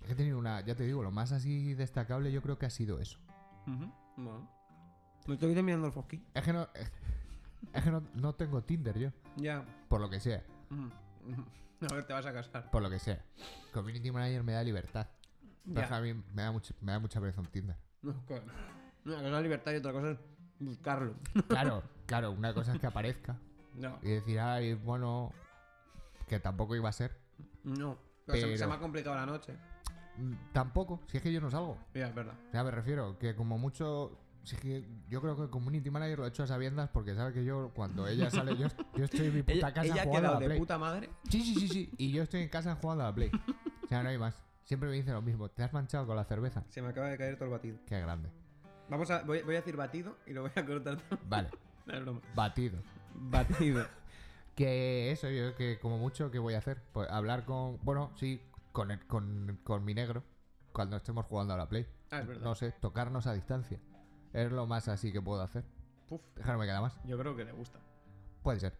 Speaker 2: He tenido una. Ya te digo, lo más así destacable yo creo que ha sido eso.
Speaker 3: Ujú, Bueno. Me estoy terminando el fosquín.
Speaker 2: Es que no. es- Es que no, no tengo Tinder yo,
Speaker 3: Ya.
Speaker 2: por lo que sea,
Speaker 3: Mm. A ver, te vas a casar.
Speaker 2: por lo que sea. Community Manager me da libertad. Pero es que
Speaker 3: Ya.
Speaker 2: a mí me da, mucha- me da mucha pereza un Tinder.
Speaker 3: No, co- Una cosa es libertad y otra cosa es buscarlo.
Speaker 2: Claro, claro, una cosa es que aparezca
Speaker 3: No,
Speaker 2: y decir, ay, bueno, que tampoco iba a ser.
Speaker 3: no. Pero se- Se,
Speaker 2: Pero-
Speaker 3: me ha complicado la noche.
Speaker 2: Mm, Tampoco, si es que yo no salgo.
Speaker 3: Ya, es verdad.
Speaker 2: Ya me refiero, que como mucho. si es que yo creo que el community manager lo ha hecho a sabiendas porque sabe que yo, cuando
Speaker 3: [LAUGHS]
Speaker 2: ella sale, yo, yo estoy en mi puta
Speaker 3: Ella,
Speaker 2: casa
Speaker 3: ella ha
Speaker 2: jugando a
Speaker 3: quedado
Speaker 2: la
Speaker 3: de
Speaker 2: Play.
Speaker 3: puta madre.
Speaker 2: Sí, sí, sí, sí. Y yo estoy en casa jugando a la Play. O sea, no hay más. Siempre me dice lo mismo. ¿Te has manchado con la cerveza?
Speaker 3: Se me acaba de caer todo el batido.
Speaker 2: Qué grande.
Speaker 3: Vamos a, voy, voy a decir batido y lo voy a cortar. [LAUGHS]
Speaker 2: Vale,
Speaker 3: No es broma.
Speaker 2: batido.
Speaker 3: Batido.
Speaker 2: Que eso, yo que como mucho, ¿qué voy a hacer? Pues hablar con. Bueno, sí, con, el- con, con mi negro cuando estemos jugando a la Play.
Speaker 3: Ah, es verdad.
Speaker 2: No sé, tocarnos a distancia. Es lo más así que puedo hacer.
Speaker 3: Puf.
Speaker 2: Dejarme queda más.
Speaker 3: Yo creo que le [LAUGHS] gusta.
Speaker 2: Puede ser.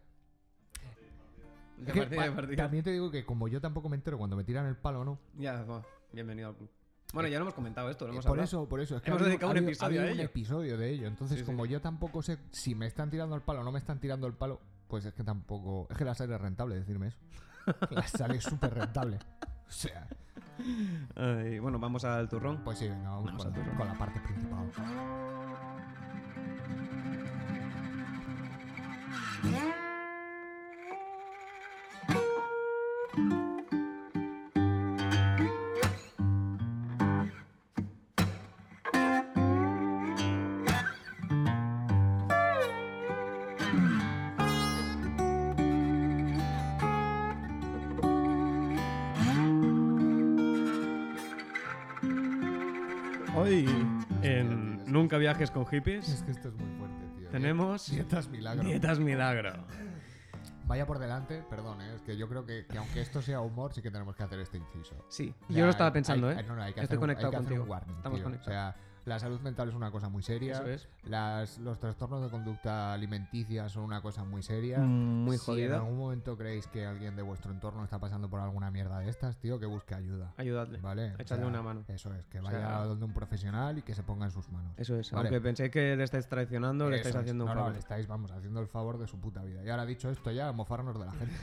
Speaker 3: De
Speaker 2: Es que,
Speaker 3: partida, de
Speaker 2: pa-
Speaker 3: partida.
Speaker 2: También te digo que como yo tampoco me entero cuando me tiran el palo, ¿no?
Speaker 3: Ya, va. bienvenido al club. Bueno, ya lo hemos comentado esto, lo hemos
Speaker 2: Eh, por
Speaker 3: hablado.
Speaker 2: eso, por eso. Es que
Speaker 3: Hemos
Speaker 2: ha habido-
Speaker 3: dedicado un
Speaker 2: ha habido-
Speaker 3: episodio
Speaker 2: ha habido
Speaker 3: a
Speaker 2: un
Speaker 3: ello.
Speaker 2: episodio de ello. Entonces,
Speaker 3: Sí, sí.
Speaker 2: como yo tampoco sé si me están tirando el palo o no me están tirando el palo, pues es que tampoco... Es que la sale rentable decirme
Speaker 3: [LAUGHS]
Speaker 2: eso. La sale es súper rentable. O sea,
Speaker 3: Ay, Eh, bueno, vamos al turrón.
Speaker 2: pues sí, venga, vamos,
Speaker 3: Vamos
Speaker 2: con,
Speaker 3: a turno.
Speaker 2: con la parte principal.
Speaker 3: Hoy, en Nunca viajes con
Speaker 2: Es
Speaker 3: hippies,
Speaker 2: que esto es muy fuerte, tío.
Speaker 3: tenemos
Speaker 2: Dietas milagro.
Speaker 3: dietas milagro.
Speaker 2: Vaya por delante, perdón, ¿eh? es que yo creo que, que aunque esto sea humor, sí que tenemos que hacer este inciso.
Speaker 3: Sí,
Speaker 2: O sea,
Speaker 3: yo lo
Speaker 2: hay-
Speaker 3: estaba pensando,
Speaker 2: hay-
Speaker 3: ¿eh?
Speaker 2: No, no, hay que
Speaker 3: Estoy
Speaker 2: hacer un- hay
Speaker 3: conectado
Speaker 2: que hacer
Speaker 3: contigo.
Speaker 2: un warning,
Speaker 3: Estamos
Speaker 2: tío.
Speaker 3: conectados.
Speaker 2: O sea, la salud mental es una cosa muy seria.
Speaker 3: Eso es.
Speaker 2: Las, los trastornos de conducta alimenticia son una cosa muy seria.
Speaker 3: Mm, Muy
Speaker 2: Si en
Speaker 3: jodida.
Speaker 2: algún momento creéis que alguien de vuestro entorno está pasando por alguna mierda de estas, tío, que busque ayuda.
Speaker 3: Ayudadle.
Speaker 2: ¿Vale? O
Speaker 3: Echadle
Speaker 2: sea,
Speaker 3: una mano.
Speaker 2: Eso es, que
Speaker 3: sea-
Speaker 2: vaya donde un profesional y que se ponga en sus manos.
Speaker 3: Eso es.
Speaker 2: Vale.
Speaker 3: Aunque penséis que le estáis traicionando, le
Speaker 2: Eso
Speaker 3: estáis
Speaker 2: es.
Speaker 3: haciendo un
Speaker 2: No, no,
Speaker 3: favor.
Speaker 2: le estáis, vamos, haciendo el favor de su puta vida. Y ahora dicho esto ya, mofarnos de la
Speaker 3: [LAUGHS]
Speaker 2: gente.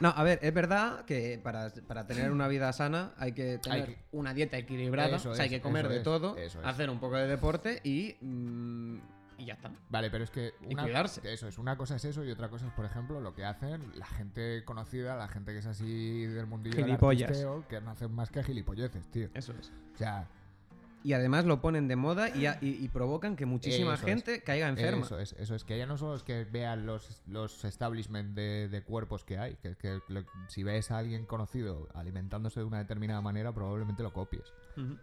Speaker 3: No, a ver, es verdad que para, para tener una vida sana hay que tener
Speaker 2: que-
Speaker 3: una dieta equilibrada,
Speaker 2: Eso
Speaker 3: o sea, hay
Speaker 2: es,
Speaker 3: que comer
Speaker 2: eso
Speaker 3: de
Speaker 2: es,
Speaker 3: todo,
Speaker 2: eso es.
Speaker 3: hacer un poco de deporte y, mm, y ya está.
Speaker 2: Vale, pero es que
Speaker 3: Y
Speaker 2: una,
Speaker 3: cuidarse.
Speaker 2: Eso es, una cosa es eso y otra cosa es, por ejemplo, lo que hacen la gente conocida, la gente que es así del mundillo del
Speaker 3: Gilipollas.
Speaker 2: artisteo, que no hacen más que gilipolleces, tío.
Speaker 3: Eso es.
Speaker 2: O sea,
Speaker 3: Y además lo ponen de moda y, a- y- y provocan que muchísima
Speaker 2: Eso es.
Speaker 3: gente caiga enferma.
Speaker 2: eso es, eso es que ya no solo es que vean los, los establishments de, de cuerpos que hay, que, que lo- si ves a alguien conocido alimentándose de una determinada manera, probablemente lo copies.
Speaker 3: Ujú.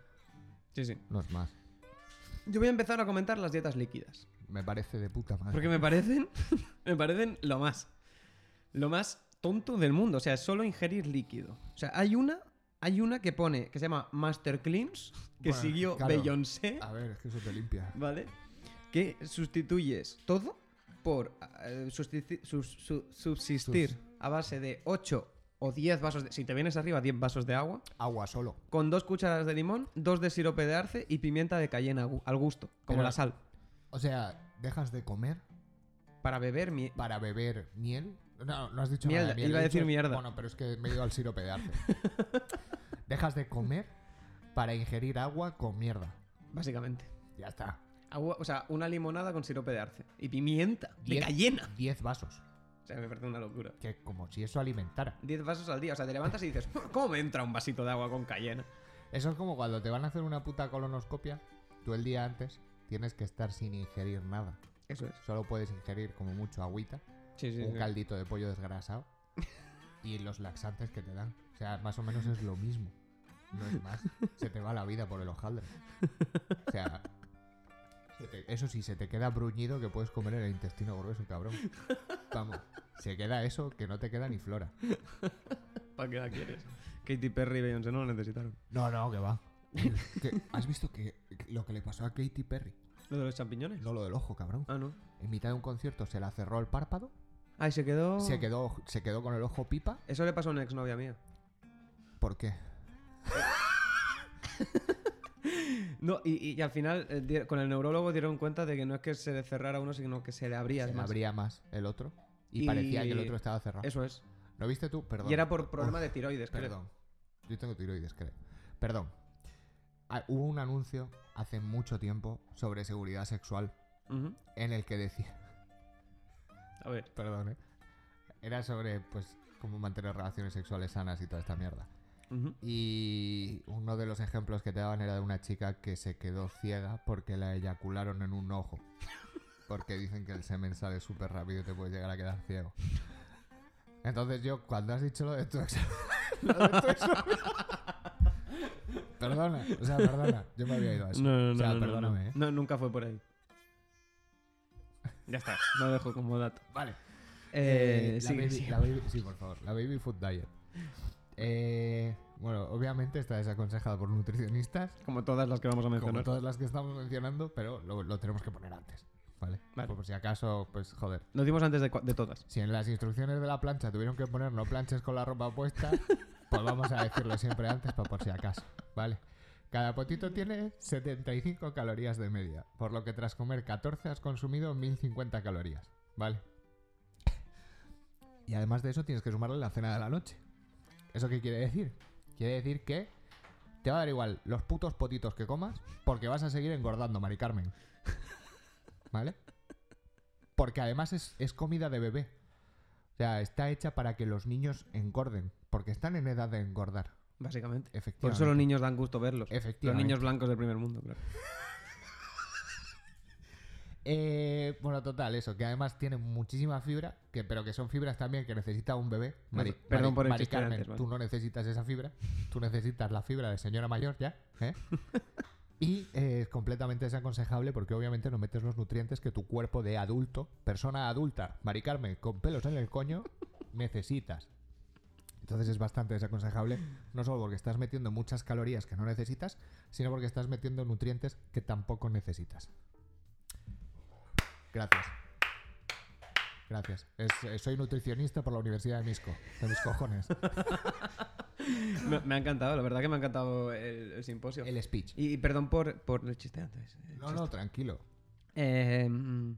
Speaker 3: Sí, sí.
Speaker 2: No es más.
Speaker 3: Yo voy a empezar a comentar las dietas líquidas.
Speaker 2: Me parece de puta madre.
Speaker 3: Porque me parecen, [LAUGHS] me parecen lo más, lo más tonto del mundo. O sea, es solo ingerir líquido. O sea, hay una, hay una que pone, que se llama Master Cleans, que
Speaker 2: Bueno,
Speaker 3: siguió
Speaker 2: claro. Ah.
Speaker 3: Beyoncé,
Speaker 2: A ver, es que eso te limpia.
Speaker 3: ¿vale? Que sustituyes todo por eh, sustici- sus- su- subsistir
Speaker 2: Sus-
Speaker 3: a base de 8 o 10 vasos de... Si te vienes arriba, 10 vasos de agua.
Speaker 2: Agua solo.
Speaker 3: Con dos cucharadas de limón, dos de sirope de arce y pimienta de cayena al gusto, como
Speaker 2: Pero-
Speaker 3: la sal.
Speaker 2: O sea, dejas de comer
Speaker 3: Para beber mi...
Speaker 2: para beber miel. No, no has dicho
Speaker 3: Mierda,
Speaker 2: nada de miel.
Speaker 3: iba a
Speaker 2: He
Speaker 3: decir
Speaker 2: dicho-
Speaker 3: mierda.
Speaker 2: Bueno, pero es que me he ido al sirope de
Speaker 3: [LAUGHS]
Speaker 2: arce. Dejas de comer para ingerir agua con mierda.
Speaker 3: Básicamente.
Speaker 2: Ya está.
Speaker 3: Agua- o sea, una limonada con sirope de arce. Y pimienta. De
Speaker 2: Diez-
Speaker 3: cayena.
Speaker 2: 10 vasos.
Speaker 3: O sea, me parece una locura.
Speaker 2: Que como si eso alimentara.
Speaker 3: 10 vasos al día. O sea, te levantas y dices, ¿cómo me entra un vasito de agua con cayena?
Speaker 2: Eso es como cuando te van a hacer una puta colonoscopia. Tú el día antes tienes que estar sin ingerir nada.
Speaker 3: Eso es.
Speaker 2: Solo puedes ingerir como mucho agüita,
Speaker 3: Sí, sí,
Speaker 2: un
Speaker 3: sí.
Speaker 2: caldito de pollo desgrasado y los laxantes que te dan. O sea, más o menos es lo mismo. No es más. Se te va la vida por el hojaldre. O sea, se te- eso sí, se te queda bruñido que puedes comer en el intestino grueso, cabrón. Vamos, se queda eso que no te queda ni flora.
Speaker 3: ¿Para qué la quieres? Katy Perry y Beyoncé no lo necesitaron.
Speaker 2: No, no, que va. Que- ¿Has visto que que lo que le pasó a Katy Perry?
Speaker 3: ¿Lo de los champiñones?
Speaker 2: No lo del ojo, cabrón.
Speaker 3: Ah, no.
Speaker 2: En mitad de un concierto se la cerró el párpado,
Speaker 3: Ah, y se quedó...
Speaker 2: se quedó, se quedó con el ojo pipa.
Speaker 3: Eso le pasó a una exnovia mía.
Speaker 2: ¿Por qué?
Speaker 3: No, y, y- y al final eh, di- con el neurólogo dieron cuenta de que no es que se le cerrara uno, sino que se le abría.
Speaker 2: Se
Speaker 3: es más.
Speaker 2: abría más el otro. Y,
Speaker 3: Y-
Speaker 2: parecía que el otro estaba cerrado.
Speaker 3: Eso es.
Speaker 2: ¿Lo viste tú? Perdón.
Speaker 3: Y era por problema de tiroides, creo.
Speaker 2: Perdón. Yo tengo tiroides, creo. Perdón. Ah, hubo un anuncio hace mucho tiempo sobre seguridad sexual
Speaker 3: Ujú.
Speaker 2: en el que decía. [LAUGHS]
Speaker 3: A ver.
Speaker 2: Perdón, ¿eh? Era sobre, pues, cómo mantener relaciones sexuales sanas y toda esta mierda.
Speaker 3: Ujú.
Speaker 2: Y uno de los ejemplos que te daban era de una chica que se quedó ciega porque la eyacularon en un ojo. Porque dicen que el semen sale súper rápido y te puedes llegar a quedar ciego. Entonces yo, cuando has dicho lo de tu ex... [LAUGHS] lo de tu ex- perdona, o sea, perdona. Yo me había ido a eso.
Speaker 3: No, no,
Speaker 2: o sea,
Speaker 3: no, no, no,
Speaker 2: perdóname,
Speaker 3: no.
Speaker 2: ¿eh?
Speaker 3: No, nunca fue por ahí. Ya [LAUGHS] está, lo dejo como dato.
Speaker 2: Vale. Eh,
Speaker 3: Eh,
Speaker 2: la
Speaker 3: sigue,
Speaker 2: baby-
Speaker 3: sigue.
Speaker 2: la baby- sí, por favor. La Baby Food Diet. Eh, bueno, obviamente está desaconsejada por nutricionistas.
Speaker 3: Como todas las que vamos a
Speaker 2: como
Speaker 3: mencionar.
Speaker 2: todas las que estamos mencionando, pero lo, lo tenemos que poner antes, ¿vale?
Speaker 3: Vale.
Speaker 2: Por, por si acaso, pues joder.
Speaker 3: Nos dimos antes de, cua- de todas.
Speaker 2: Si en las instrucciones de la plancha tuvieron que poner no planches con la ropa puesta, pues vamos a decirlo siempre antes para por si acaso, ¿vale? Cada potito tiene 75 calorías de media, por lo que tras comer 14 has consumido 1050 calorías, ¿vale? Y además de eso tienes que sumarle la cena de la noche. ¿Eso qué quiere decir? Quiere decir que te va a dar igual los putos potitos que comas porque vas a seguir engordando, Mari Carmen. ¿Vale? Porque además es, es comida de bebé. O sea, está hecha para que los niños engorden. Porque están en edad de engordar.
Speaker 3: Básicamente.
Speaker 2: Efectivamente.
Speaker 3: Por eso los niños dan gusto verlos. Los
Speaker 2: Efectivamente.
Speaker 3: niños blancos del primer mundo, claro.
Speaker 2: Eh, bueno, total, eso. Que además tienen muchísima fibra. Que, pero que son fibras también que necesita un bebé. Mari,
Speaker 3: Bueno, perdón
Speaker 2: Mari-
Speaker 3: por el
Speaker 2: Mari
Speaker 3: chiste de
Speaker 2: Carmen,
Speaker 3: antes, vale.
Speaker 2: tú no necesitas esa fibra. Tú necesitas la fibra de señora mayor ya.
Speaker 3: [LAUGHS]
Speaker 2: ¿eh? y eh, es completamente desaconsejable porque obviamente no metes los nutrientes que tu cuerpo de adulto, persona adulta, Mari Carmen, con pelos en el coño, necesitas. Entonces es bastante desaconsejable, no solo porque estás metiendo muchas calorías que no necesitas, sino porque estás metiendo nutrientes que tampoco necesitas. Gracias. Gracias. Es- eh, soy nutricionista por la Universidad de Misco. De mis
Speaker 3: [LAUGHS]
Speaker 2: cojones.
Speaker 3: Me, me ha encantado, la verdad que me ha encantado el, el simposio.
Speaker 2: El speech.
Speaker 3: Y, y perdón por, por el chiste antes. el
Speaker 2: No,
Speaker 3: chiste.
Speaker 2: no, tranquilo.
Speaker 3: Eh, mm,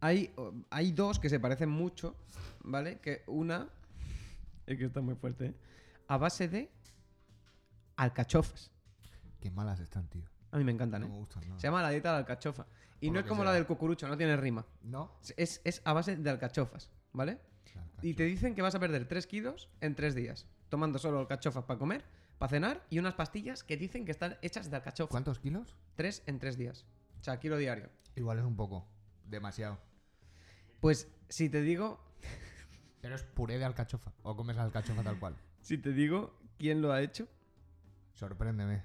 Speaker 3: hay, o- hay dos que se parecen mucho, ¿vale? Que una. Es que está muy fuerte, ¿eh? A base de. Alcachofas.
Speaker 2: Qué malas están, tío.
Speaker 3: A mí me encantan,
Speaker 2: No
Speaker 3: ¿eh?
Speaker 2: me gustan nada.
Speaker 3: Se llama la dieta de la alcachofa. Y
Speaker 2: Oh. Por
Speaker 3: no
Speaker 2: lo
Speaker 3: es
Speaker 2: que
Speaker 3: como
Speaker 2: sea.
Speaker 3: la del cucurucho, no tiene rima.
Speaker 2: No.
Speaker 3: Es, es a base de alcachofas, ¿vale? Y te dicen que vas a perder 3 kilos en 3 días, tomando solo alcachofas para comer, para cenar y unas pastillas que dicen que están hechas de alcachofas.
Speaker 2: ¿Cuántos kilos?
Speaker 3: 3 en 3 días. O sea, kilo diario.
Speaker 2: Igual es un poco. Demasiado.
Speaker 3: Pues si te digo,
Speaker 2: Pero es puré de alcachofa. O comes alcachofa tal cual.
Speaker 3: si te digo quién lo ha hecho,
Speaker 2: Sorpréndeme.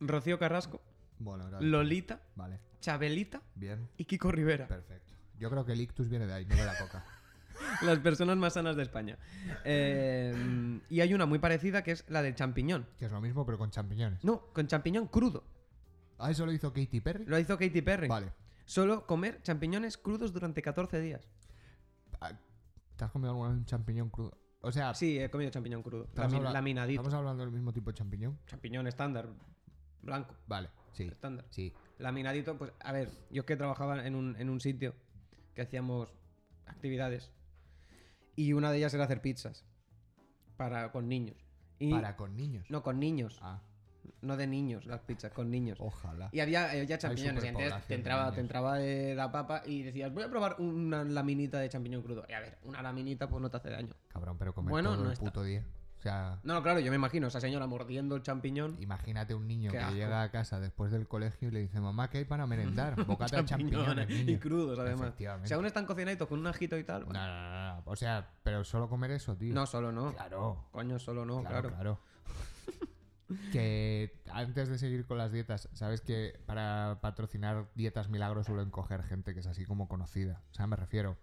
Speaker 3: Rocío Carrasco,
Speaker 2: Bueno, gracias.
Speaker 3: Lolita,
Speaker 2: Vale.
Speaker 3: Chabelita
Speaker 2: Bien.
Speaker 3: y Kiko Rivera.
Speaker 2: Perfecto. Yo creo que el ictus viene de ahí, no de la coca.
Speaker 3: Las personas más sanas de España. Eh, y hay una muy parecida que es la del champiñón.
Speaker 2: que es lo mismo, pero con champiñones.
Speaker 3: No, con champiñón crudo.
Speaker 2: Ah, eso lo hizo Katy Perry.
Speaker 3: Lo hizo Katy Perry.
Speaker 2: Vale.
Speaker 3: Solo comer champiñones crudos durante 14 días.
Speaker 2: ¿Te has comido alguna vez un champiñón crudo? O sea,
Speaker 3: Sí, he comido champiñón crudo.
Speaker 2: Estamos
Speaker 3: Lamin-
Speaker 2: habla-
Speaker 3: Laminadito.
Speaker 2: ¿Estamos hablando del mismo tipo de champiñón?
Speaker 3: Champiñón estándar. Blanco.
Speaker 2: Vale, sí,
Speaker 3: Estándar.
Speaker 2: sí.
Speaker 3: Laminadito, pues, a ver, yo es que trabajaba en un, en un sitio que hacíamos actividades. Y una de ellas era hacer pizzas. Para, con niños. Y,
Speaker 2: Para con niños.
Speaker 3: No, con niños.
Speaker 2: Ah,
Speaker 3: No de niños, las pizzas, con niños.
Speaker 2: ojalá.
Speaker 3: Y había, había champiñones. Y entonces
Speaker 2: Oh. superpoblación
Speaker 3: te
Speaker 2: de
Speaker 3: entraba,
Speaker 2: niños.
Speaker 3: te entraba eh, la papa y decías, voy a probar una laminita de champiñón crudo. Y a ver, una laminita pues no te hace daño.
Speaker 2: Cabrón, pero comer
Speaker 3: Bueno,
Speaker 2: todo
Speaker 3: no
Speaker 2: el
Speaker 3: está.
Speaker 2: puto día. O sea,
Speaker 3: No, no, claro, yo me imagino esa señora mordiendo el champiñón.
Speaker 2: imagínate un niño
Speaker 3: Qué
Speaker 2: que
Speaker 3: asco.
Speaker 2: llega a casa después del colegio y le dice, mamá, ¿qué hay para merendar?
Speaker 3: [LAUGHS]
Speaker 2: Bocata de champiñones,
Speaker 3: y
Speaker 2: niño".
Speaker 3: crudos además.
Speaker 2: Efectivamente.
Speaker 3: Si aún están cocinaditos con un ajito y tal.
Speaker 2: No,
Speaker 3: bueno.
Speaker 2: no, no, no. O sea, pero solo comer eso, tío.
Speaker 3: No, solo no.
Speaker 2: Claro.
Speaker 3: Coño, solo no, claro.
Speaker 2: claro, Oh, claro. [LAUGHS] que antes de seguir con las dietas, sabes que para patrocinar dietas milagros suelen coger gente que es así como conocida. O sea, me refiero,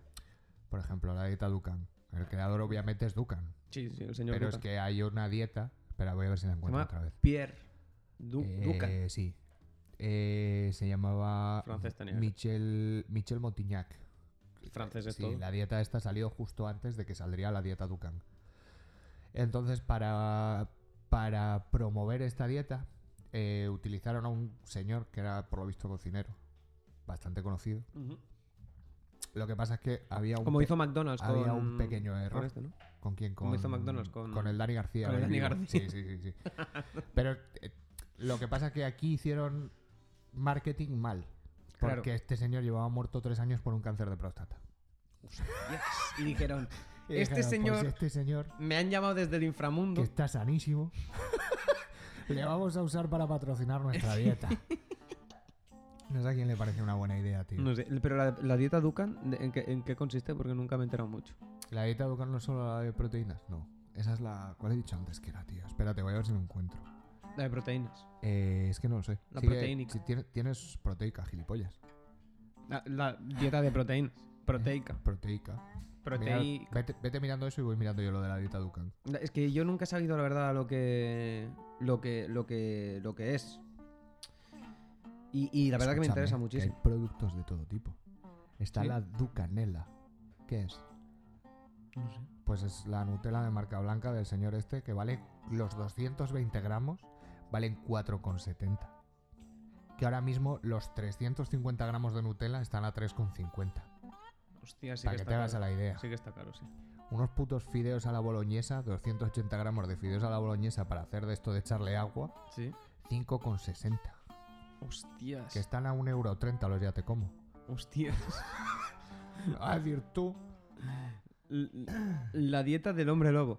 Speaker 2: por ejemplo, a la dieta Dukan. El creador obviamente es Dukan,
Speaker 3: Sí, sí, el señor
Speaker 2: pero es
Speaker 3: Duca.
Speaker 2: que hay una dieta. Espera, voy a ver si la encuentro
Speaker 3: llama
Speaker 2: otra vez.
Speaker 3: Pierre Du
Speaker 2: Eh,
Speaker 3: Duca.
Speaker 2: Sí. Eh, se llamaba
Speaker 3: Francés tenía que ser.
Speaker 2: Michel, Michel Montignac.
Speaker 3: Francés es
Speaker 2: Sí,
Speaker 3: todo.
Speaker 2: la dieta esta salió justo antes de que saldría la dieta Dukan. Entonces, para, para promover esta dieta, eh, utilizaron a un señor que era, por lo visto, cocinero, bastante conocido.
Speaker 3: Ujú.
Speaker 2: Lo que pasa es que había un,
Speaker 3: Como
Speaker 2: pe-
Speaker 3: hizo McDonald's con.
Speaker 2: había un pequeño
Speaker 3: con
Speaker 2: error.
Speaker 3: este, ¿no?
Speaker 2: ¿Con quién? Con,
Speaker 3: Como hizo McDonald's, con-
Speaker 2: el Dani García.
Speaker 3: con el
Speaker 2: en
Speaker 3: Dani
Speaker 2: vivo. Sí,
Speaker 3: García.
Speaker 2: sí, sí.
Speaker 3: [LAUGHS]
Speaker 2: sí. Pero eh, lo que pasa es que aquí hicieron marketing mal. Porque
Speaker 3: Claro.
Speaker 2: este señor llevaba muerto tres años por un cáncer de próstata.
Speaker 3: Yes. Y dijeron:
Speaker 2: Y
Speaker 3: Este
Speaker 2: pues
Speaker 3: señor-
Speaker 2: este señor,
Speaker 3: Me han llamado desde el
Speaker 2: que
Speaker 3: inframundo.
Speaker 2: está sanísimo, [LAUGHS] le vamos a usar para patrocinar
Speaker 3: [LAUGHS]
Speaker 2: nuestra dieta. No sé a quién le parece una buena idea, tío.
Speaker 3: No sé, pero la, la dieta Dukan, de- ¿en qué, ¿en qué consiste? Porque nunca me he enterado mucho.
Speaker 2: La dieta Dukan no es solo la de proteínas, no. Esa es la... ¿Cuál he dicho antes que era, tío? Espérate, voy a ver si lo encuentro.
Speaker 3: La de proteínas.
Speaker 2: Eh, es que no lo sé.
Speaker 3: La
Speaker 2: Sí que-
Speaker 3: proteínica.
Speaker 2: sí, tiene- tienes proteica, gilipollas.
Speaker 3: La, la dieta de proteínas. Proteica.
Speaker 2: Proteica. Mira,
Speaker 3: Proteica.
Speaker 2: vete, vete mirando eso y voy mirando yo lo de la dieta Dukan.
Speaker 3: La- Es que yo nunca he sabido la verdad lo que. lo que. lo que. lo que es. Y, y la verdad que me
Speaker 2: Escúchame,
Speaker 3: interesa muchísimo.
Speaker 2: hay productos de todo tipo. Está
Speaker 3: Sí.
Speaker 2: la Ducanela. ¿Qué es?
Speaker 3: No sé.
Speaker 2: Pues es la Nutella de marca blanca del señor este que vale los 220 gramos, valen 4,70. Que ahora mismo los 350 gramos de Nutella están a 3,50.
Speaker 3: Hostia, sí
Speaker 2: Para
Speaker 3: que
Speaker 2: que
Speaker 3: está
Speaker 2: te hagas a
Speaker 3: caro.
Speaker 2: la idea.
Speaker 3: Sí que está caro, sí.
Speaker 2: Unos putos fideos a la boloñesa, 280 gramos de fideos a la boloñesa para hacer de esto de echarle agua,
Speaker 3: Sí.
Speaker 2: 5,60.
Speaker 3: Hostias.
Speaker 2: Que están a 1,30€ los ya te
Speaker 3: [LAUGHS]
Speaker 2: como.
Speaker 3: Hostias.
Speaker 2: A decir tú.
Speaker 3: L- La dieta del hombre lobo.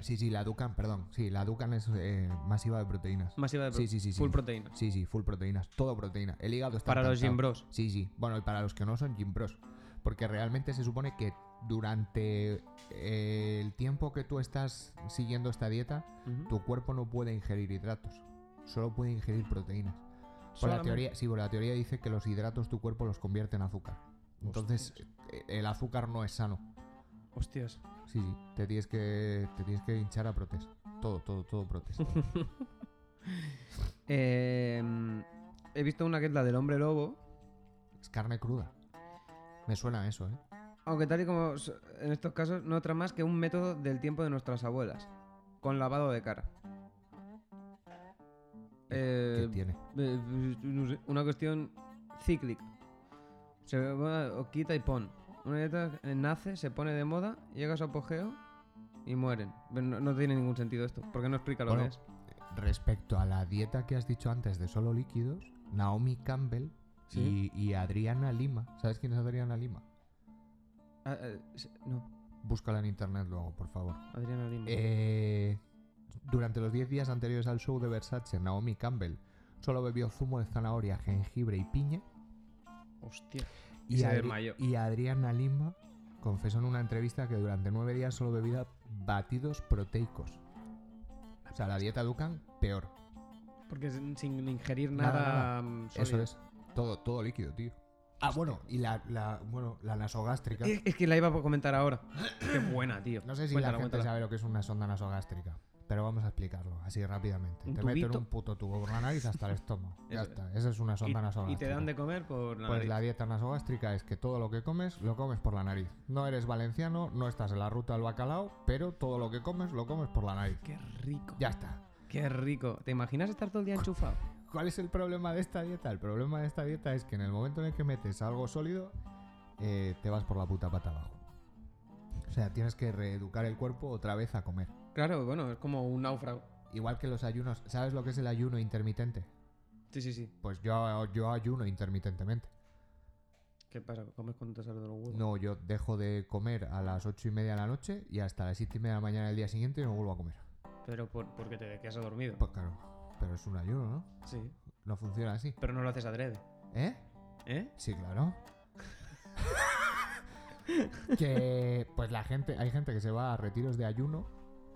Speaker 2: Sí, sí, la Ducan, perdón. Sí, la Ducan es eh, masiva de proteínas.
Speaker 3: Masiva de
Speaker 2: Sí,
Speaker 3: proteínas.
Speaker 2: sí, sí. sí.
Speaker 3: Full proteínas.
Speaker 2: Sí, sí, full proteínas, todo proteína. El hígado está
Speaker 3: Para los
Speaker 2: encantado.
Speaker 3: gym bros.
Speaker 2: Sí, sí. Bueno, y para los que no son gym bros. Porque realmente se supone que durante eh, el tiempo que tú estás siguiendo esta dieta,
Speaker 3: Ujú.
Speaker 2: tu cuerpo no puede ingerir hidratos. Solo puede ingerir proteínas. Por la
Speaker 3: Solamente-
Speaker 2: teoría, sí, por la teoría dice que los hidratos tu cuerpo los convierte en azúcar. Entonces, eh, el azúcar no es sano.
Speaker 3: Hostias.
Speaker 2: Sí, sí. Te tienes que, te tienes que hinchar a protes. Todo, todo, todo
Speaker 3: [LAUGHS]
Speaker 2: protes.
Speaker 3: Eh, he visto una que es la del hombre lobo.
Speaker 2: es carne cruda. Me suena a eso, ¿eh?
Speaker 3: Aunque tal y como s- en estos casos, no otra más que un método del tiempo de nuestras abuelas. Con lavado de cara.
Speaker 2: ¿Qué
Speaker 3: Eh,
Speaker 2: tiene?
Speaker 3: eh, no sé, una cuestión cíclica. Se va- o quita y pon. Una dieta eh, nace, se pone de moda, llega a su apogeo y mueren. Pero no, no tiene ningún sentido esto, porque no explica lo
Speaker 2: Bueno,
Speaker 3: que es.
Speaker 2: Respecto a la dieta que has dicho antes de solo líquidos, Naomi Campbell
Speaker 3: Sí.
Speaker 2: y, y Adriana Lima. ¿Sabes quién es Adriana Lima?
Speaker 3: Ah, eh, se- no,
Speaker 2: Búscala en internet luego, por favor.
Speaker 3: Adriana Lima.
Speaker 2: Eh, durante los 10 días anteriores al show de Versace, Naomi Campbell solo bebió zumo de zanahoria, jengibre y piña.
Speaker 3: Hostia. Y se desmayó.
Speaker 2: y Adriana Lima confesó en una entrevista que durante 9 días solo bebía batidos proteicos. O sea, la dieta Dukan, peor.
Speaker 3: Porque sin sin ingerir
Speaker 2: Nada,
Speaker 3: nada.
Speaker 2: nada.
Speaker 3: mm,
Speaker 2: Eso
Speaker 3: sólido.
Speaker 2: es. Todo, todo líquido, tío. Ah, bueno, y la, la- bueno, la nasogástrica.
Speaker 3: Es, es que la iba a comentar ahora. Qué buena, tío.
Speaker 2: No sé si
Speaker 3: Cuéntala,
Speaker 2: la gente
Speaker 3: cuéntala.
Speaker 2: sabe lo que es una sonda nasogástrica, pero vamos a explicarlo así rápidamente.
Speaker 3: ¿Un
Speaker 2: Te meten
Speaker 3: tubito?
Speaker 2: un puto tubo por la nariz hasta el
Speaker 3: [LAUGHS]
Speaker 2: estómago. ya
Speaker 3: Eso es.
Speaker 2: está, esa es una sonda
Speaker 3: Y, y
Speaker 2: nasogástrica.
Speaker 3: te dan de comer por la
Speaker 2: Pues
Speaker 3: nariz.
Speaker 2: la dieta nasogástrica es que todo lo que comes, lo comes por la nariz. No eres valenciano, no estás en la ruta al bacalao, pero todo lo que comes, lo comes por la nariz.
Speaker 3: Qué rico.
Speaker 2: Ya está.
Speaker 3: Qué rico. ¿Te imaginas estar todo
Speaker 2: [LAUGHS]
Speaker 3: el día enchufado?
Speaker 2: ¿Cuál es el problema de esta dieta? El problema de esta dieta es que en el momento en el que metes algo sólido, eh, te vas por la puta pata abajo. O sea, tienes que reeducar el cuerpo otra vez a comer.
Speaker 3: Claro, bueno, es como un náufrago.
Speaker 2: Igual que los ayunos. ¿Sabes lo que es el ayuno intermitente?
Speaker 3: Sí, sí, sí.
Speaker 2: Pues yo, yo ayuno intermitentemente.
Speaker 3: ¿Qué pasa? ¿Comes cuando te salen los huevos?
Speaker 2: No, yo dejo de comer a las ocho y media de la noche y hasta las siete y media de la mañana del día siguiente no vuelvo a comer.
Speaker 3: Pero por- porque te quedas dormido.
Speaker 2: Pues claro, pero es un ayuno, ¿no?
Speaker 3: Sí.
Speaker 2: No funciona así.
Speaker 3: Pero no lo haces adrede.
Speaker 2: ¿Eh?
Speaker 3: ¿Eh?
Speaker 2: Sí, claro. [LAUGHS] que pues la gente, hay gente que se va a retiros de ayuno,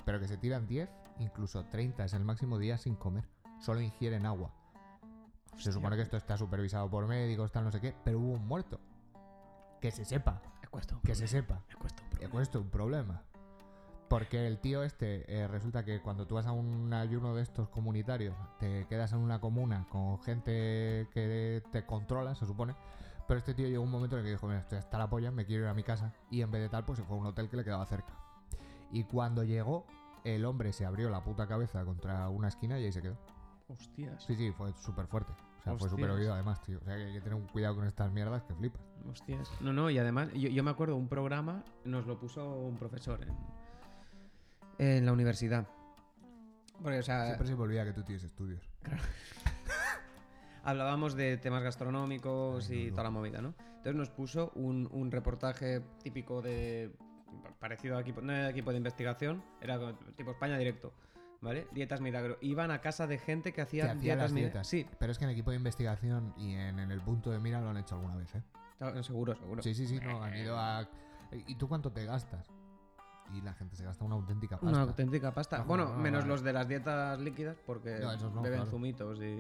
Speaker 2: pero que se tiran 10, incluso 30 es el máximo día sin comer. Solo ingieren agua. Se supone que esto está supervisado por médicos, tal no sé qué, pero hubo un muerto. Que se sepa,
Speaker 3: Me cuesta un
Speaker 2: que
Speaker 3: problema,
Speaker 2: se sepa.
Speaker 3: Me cuesta un
Speaker 2: Y
Speaker 3: problema.
Speaker 2: Eh, pues esto es un problema. Porque el tío este, eh, resulta que cuando tú vas a un ayuno de estos comunitarios, te quedas en una comuna con gente que te controla, se supone. Pero este tío llegó un momento en el que dijo, mira, estoy hasta la polla, me quiero ir a mi casa. Y en vez de tal, pues se fue a un hotel que le quedaba cerca. Y cuando llegó, el hombre se abrió la puta cabeza contra una esquina y ahí se quedó.
Speaker 3: Hostias.
Speaker 2: Sí, sí, fue súper fuerte. O sea, fue
Speaker 3: Hostias.
Speaker 2: súper oído además, tío. O sea, que hay que tener un cuidado con estas mierdas que flipas.
Speaker 3: Hostias. No, no, y además, yo, yo me acuerdo un programa, nos lo puso un profesor en, en la universidad. Porque, o sea,
Speaker 2: Siempre se me olvida que tú tienes estudios.
Speaker 3: hablábamos de temas gastronómicos
Speaker 2: Ay, no,
Speaker 3: y
Speaker 2: no.
Speaker 3: toda la movida, ¿no? Entonces nos puso un, un reportaje típico de. parecido a equipo, no era equipo de investigación, era como tipo España directo, ¿vale? Dietas milagro. Iban a casa de gente que hacía,
Speaker 2: Que hacía las
Speaker 3: mil-
Speaker 2: dietas.
Speaker 3: Sí,
Speaker 2: Pero es que en equipo de investigación y en, en el punto de mira lo han hecho alguna vez, ¿eh?
Speaker 3: no, Eh. seguro, seguro.
Speaker 2: Sí, sí, sí, no, han ido a... ¿Y tú cuánto te gastas? Y la gente se gasta una auténtica pasta.
Speaker 3: Una auténtica pasta.
Speaker 2: No,
Speaker 3: bueno,
Speaker 2: no, no,
Speaker 3: menos
Speaker 2: vale.
Speaker 3: los de las dietas líquidas porque
Speaker 2: No, esos no,
Speaker 3: beben
Speaker 2: claro.
Speaker 3: zumitos y.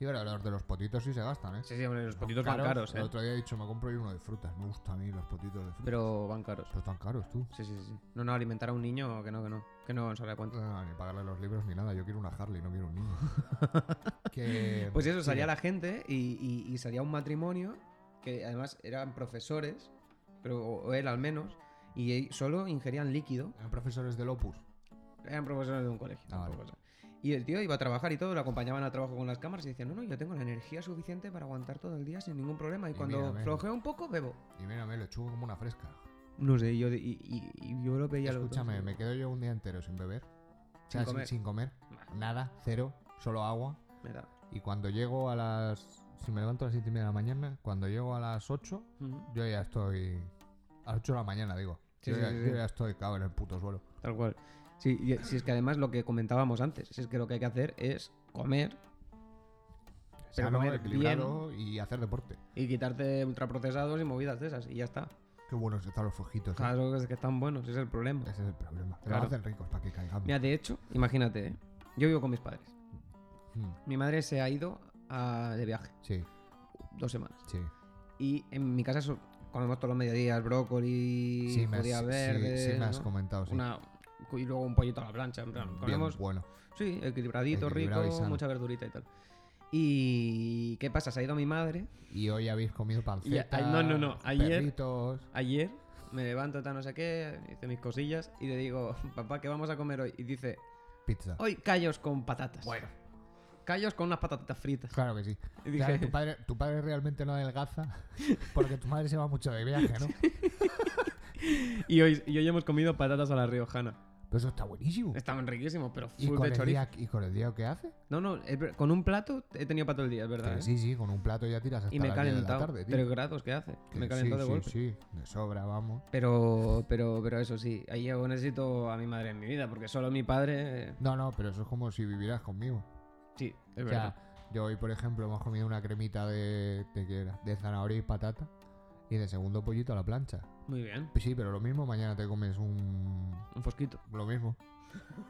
Speaker 2: Sí, pero los de los potitos sí se gastan, ¿eh?
Speaker 3: Sí, sí, hombre, los potitos
Speaker 2: Son
Speaker 3: van caros,
Speaker 2: El
Speaker 3: ¿eh?
Speaker 2: otro día he dicho, me compro yo uno de frutas. Me gusta a mí los potitos de frutas.
Speaker 3: Pero van caros.
Speaker 2: Pero están caros, tú.
Speaker 3: Sí, sí, sí. No, no, alimentar a un niño que no, que no. Que no se da cuenta.
Speaker 2: No, ni pagarle los libros ni nada. Yo quiero una Harley, no quiero un
Speaker 3: [LAUGHS]
Speaker 2: niño. que...
Speaker 3: Pues eso,
Speaker 2: sí,
Speaker 3: salía la gente y, y- y salía un matrimonio que además eran profesores, pero o o él al menos, y él- solo ingerían líquido.
Speaker 2: Eran profesores del Opus.
Speaker 3: Eran profesores de un colegio.
Speaker 2: Ah,
Speaker 3: tampoco
Speaker 2: vale.
Speaker 3: sé. Y el tío iba a trabajar y todo, lo acompañaban al trabajo con las cámaras y decían, no, no, yo tengo la energía suficiente para aguantar todo el día sin ningún problema y
Speaker 2: Y
Speaker 3: cuando
Speaker 2: mírame.
Speaker 3: flojeo un poco, bebo.
Speaker 2: Y mírame, lo chugo como una fresca.
Speaker 3: No sé, yo, de- y, y- y yo lo veía a los dos,
Speaker 2: Escúchame,
Speaker 3: digo,
Speaker 2: me quedo yo un día entero sin beber. O sea,
Speaker 3: Sin comer.
Speaker 2: sin comer. Nada, cero, solo agua.
Speaker 3: me da.
Speaker 2: Y cuando llego a las. Si me levanto a las 7 y media de la mañana, cuando llego a las 8,
Speaker 3: Ujú,
Speaker 2: yo ya estoy. A las 8 de la mañana, digo.
Speaker 3: Sí,
Speaker 2: yo,
Speaker 3: sí,
Speaker 2: ya,
Speaker 3: sí,
Speaker 2: yo
Speaker 3: sí.
Speaker 2: ya estoy, cago en el puto suelo.
Speaker 3: Tal cual. Sí, y- si es que además lo que comentábamos antes, si es que lo que hay que hacer es comer Pero
Speaker 2: Sano,
Speaker 3: comer
Speaker 2: equilibrado y hacer deporte.
Speaker 3: y quitarte ultraprocesados y movidas de esas y ya está.
Speaker 2: Qué buenos están los fojitos. ¿eh?
Speaker 3: Claro que es que están buenos, ese es el problema.
Speaker 2: Ese es el problema. Que
Speaker 3: Claro.
Speaker 2: Los hacen ricos para que caigan.
Speaker 3: Mira, de hecho, imagínate, ¿eh? yo vivo con mis padres.
Speaker 2: Mm,
Speaker 3: Mi madre se ha ido a- de viaje
Speaker 2: Sí,
Speaker 3: dos semanas
Speaker 2: sí.
Speaker 3: y en mi casa so- comemos todos los mediodías brócoli,
Speaker 2: Sí, me has,
Speaker 3: judía
Speaker 2: sí,
Speaker 3: verde,
Speaker 2: sí me has
Speaker 3: ¿no?
Speaker 2: comentado. Sí.
Speaker 3: Una- y luego un pollito a la plancha, en plan,
Speaker 2: Bien
Speaker 3: comemos
Speaker 2: bueno.
Speaker 3: Sí, equilibradito,
Speaker 2: Equilibrado y
Speaker 3: rico,
Speaker 2: sano.
Speaker 3: mucha verdurita y tal. ¿Y qué pasa? Se ha ido mi madre.
Speaker 2: Y hoy habéis comido panceta.
Speaker 3: no, no, no, ayer-
Speaker 2: Perritos.
Speaker 3: Ayer me levanto, tal, no sé qué, hice mis cosillas y le digo, papá, ¿qué vamos a comer hoy? Y dice,
Speaker 2: Pizza.
Speaker 3: hoy callos con patatas. Bueno. Callos con unas patatitas fritas.
Speaker 2: Claro que sí.
Speaker 3: Y
Speaker 2: Claro,
Speaker 3: dije,
Speaker 2: tu, padre, tu padre realmente no adelgaza [LAUGHS] porque tu madre se va mucho de viaje, ¿no? Pero
Speaker 3: [LAUGHS] y, hoy, y hoy hemos comido patatas a la riojana.
Speaker 2: eso está buenísimo.
Speaker 3: Estaban riquísimos, pero
Speaker 2: ¿Y
Speaker 3: full
Speaker 2: con,
Speaker 3: de
Speaker 2: el
Speaker 3: chorizo.
Speaker 2: día, ¿Y con el día que hace?
Speaker 3: No, no, es ver- con un plato he tenido para todo el día, es verdad.
Speaker 2: Que
Speaker 3: ¿eh?
Speaker 2: Sí, sí, con un plato ya tiras hasta
Speaker 3: y me he
Speaker 2: las 10 de la
Speaker 3: calentado.
Speaker 2: tarde, tío.
Speaker 3: Tres grados que hace.
Speaker 2: Que
Speaker 3: me calentó
Speaker 2: sí,
Speaker 3: de
Speaker 2: sí,
Speaker 3: golpe.
Speaker 2: Sí, de sobra, vamos.
Speaker 3: Pero, pero, pero eso sí, ahí yo necesito a mi madre en mi vida, porque solo mi padre. eh,
Speaker 2: No, no, pero eso es como si vivieras conmigo.
Speaker 3: Sí, es
Speaker 2: o
Speaker 3: verdad.
Speaker 2: sea, yo hoy, por ejemplo, hemos comido una cremita de, de, qué era? de zanahoria y patata y de segundo pollito a la plancha.
Speaker 3: Muy bien.
Speaker 2: Pues sí, pero lo mismo mañana te comes un...
Speaker 3: Un fosquito. [LAUGHS]
Speaker 2: lo mismo.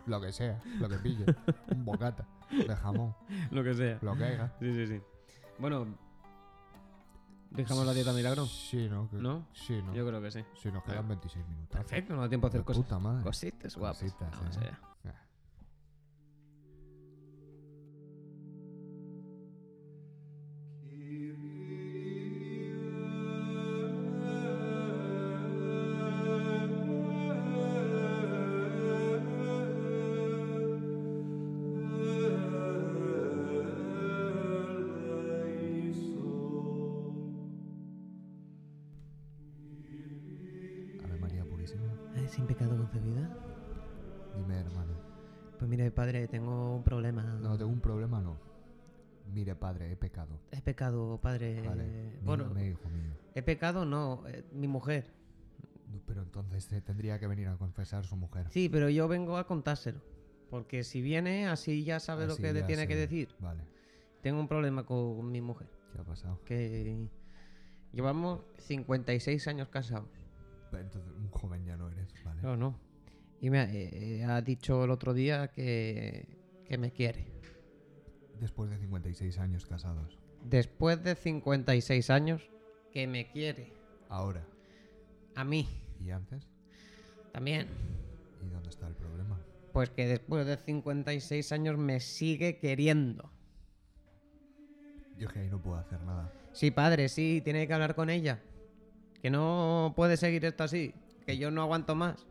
Speaker 2: Lo que sea, lo que pille. un bocata de jamón,
Speaker 3: Lo que sea.
Speaker 2: lo que haya.
Speaker 3: Sí, sí, sí. Bueno. ¿Dejamos la dieta milagro?
Speaker 2: Sí, ¿no? Que-
Speaker 3: ¿No?
Speaker 2: Sí, ¿no?
Speaker 3: Yo creo que sí.
Speaker 2: Sí, nos quedan 26 minutos.
Speaker 3: Perfecto, no da tiempo a hacer
Speaker 2: Hacer
Speaker 3: cosas.
Speaker 2: puta madre.
Speaker 3: Cositas guapas.
Speaker 2: Ah, Cositas,
Speaker 3: Vamos
Speaker 2: eh.
Speaker 3: allá.
Speaker 2: Ah. Ave María Purísima.
Speaker 3: ¿Sin pecado concebida?
Speaker 2: Dime, hermano.
Speaker 3: Pues mire, padre, tengo un problema.
Speaker 2: No, tengo un problema, no. Mire, padre, he pecado.
Speaker 3: He pecado, padre.
Speaker 2: Vale.
Speaker 3: Eh, Bueno,
Speaker 2: Mírame, hijo mío.
Speaker 3: he pecado, no. eh, mi mujer.
Speaker 2: No, Pero entonces eh, tendría que venir a confesar su mujer.
Speaker 3: Sí, pero yo vengo a contárselo. Porque si viene, así ya sabe lo
Speaker 2: Así
Speaker 3: que le
Speaker 2: ya
Speaker 3: tiene
Speaker 2: sé.
Speaker 3: que decir.
Speaker 2: Vale.
Speaker 3: Tengo un problema con mi mujer.
Speaker 2: ¿Qué ha pasado?
Speaker 3: Que llevamos 56 años casados.
Speaker 2: Entonces, un joven ya no eres, ¿vale?
Speaker 3: Oh, No, no. Y me ha, eh, eh, ha dicho el otro día que, que me quiere.
Speaker 2: Después de 56 años casados.
Speaker 3: Después de 56 años, que me quiere.
Speaker 2: Ahora.
Speaker 3: A mí
Speaker 2: ¿Y antes?
Speaker 3: también.
Speaker 2: ¿Y dónde está el problema?
Speaker 3: Pues que después de 56 años me sigue queriendo.
Speaker 2: Yo es que ahí no puedo hacer nada.
Speaker 3: Sí, padre, sí, tiene que hablar con ella. Que no puede seguir esto así. Que yo no aguanto más.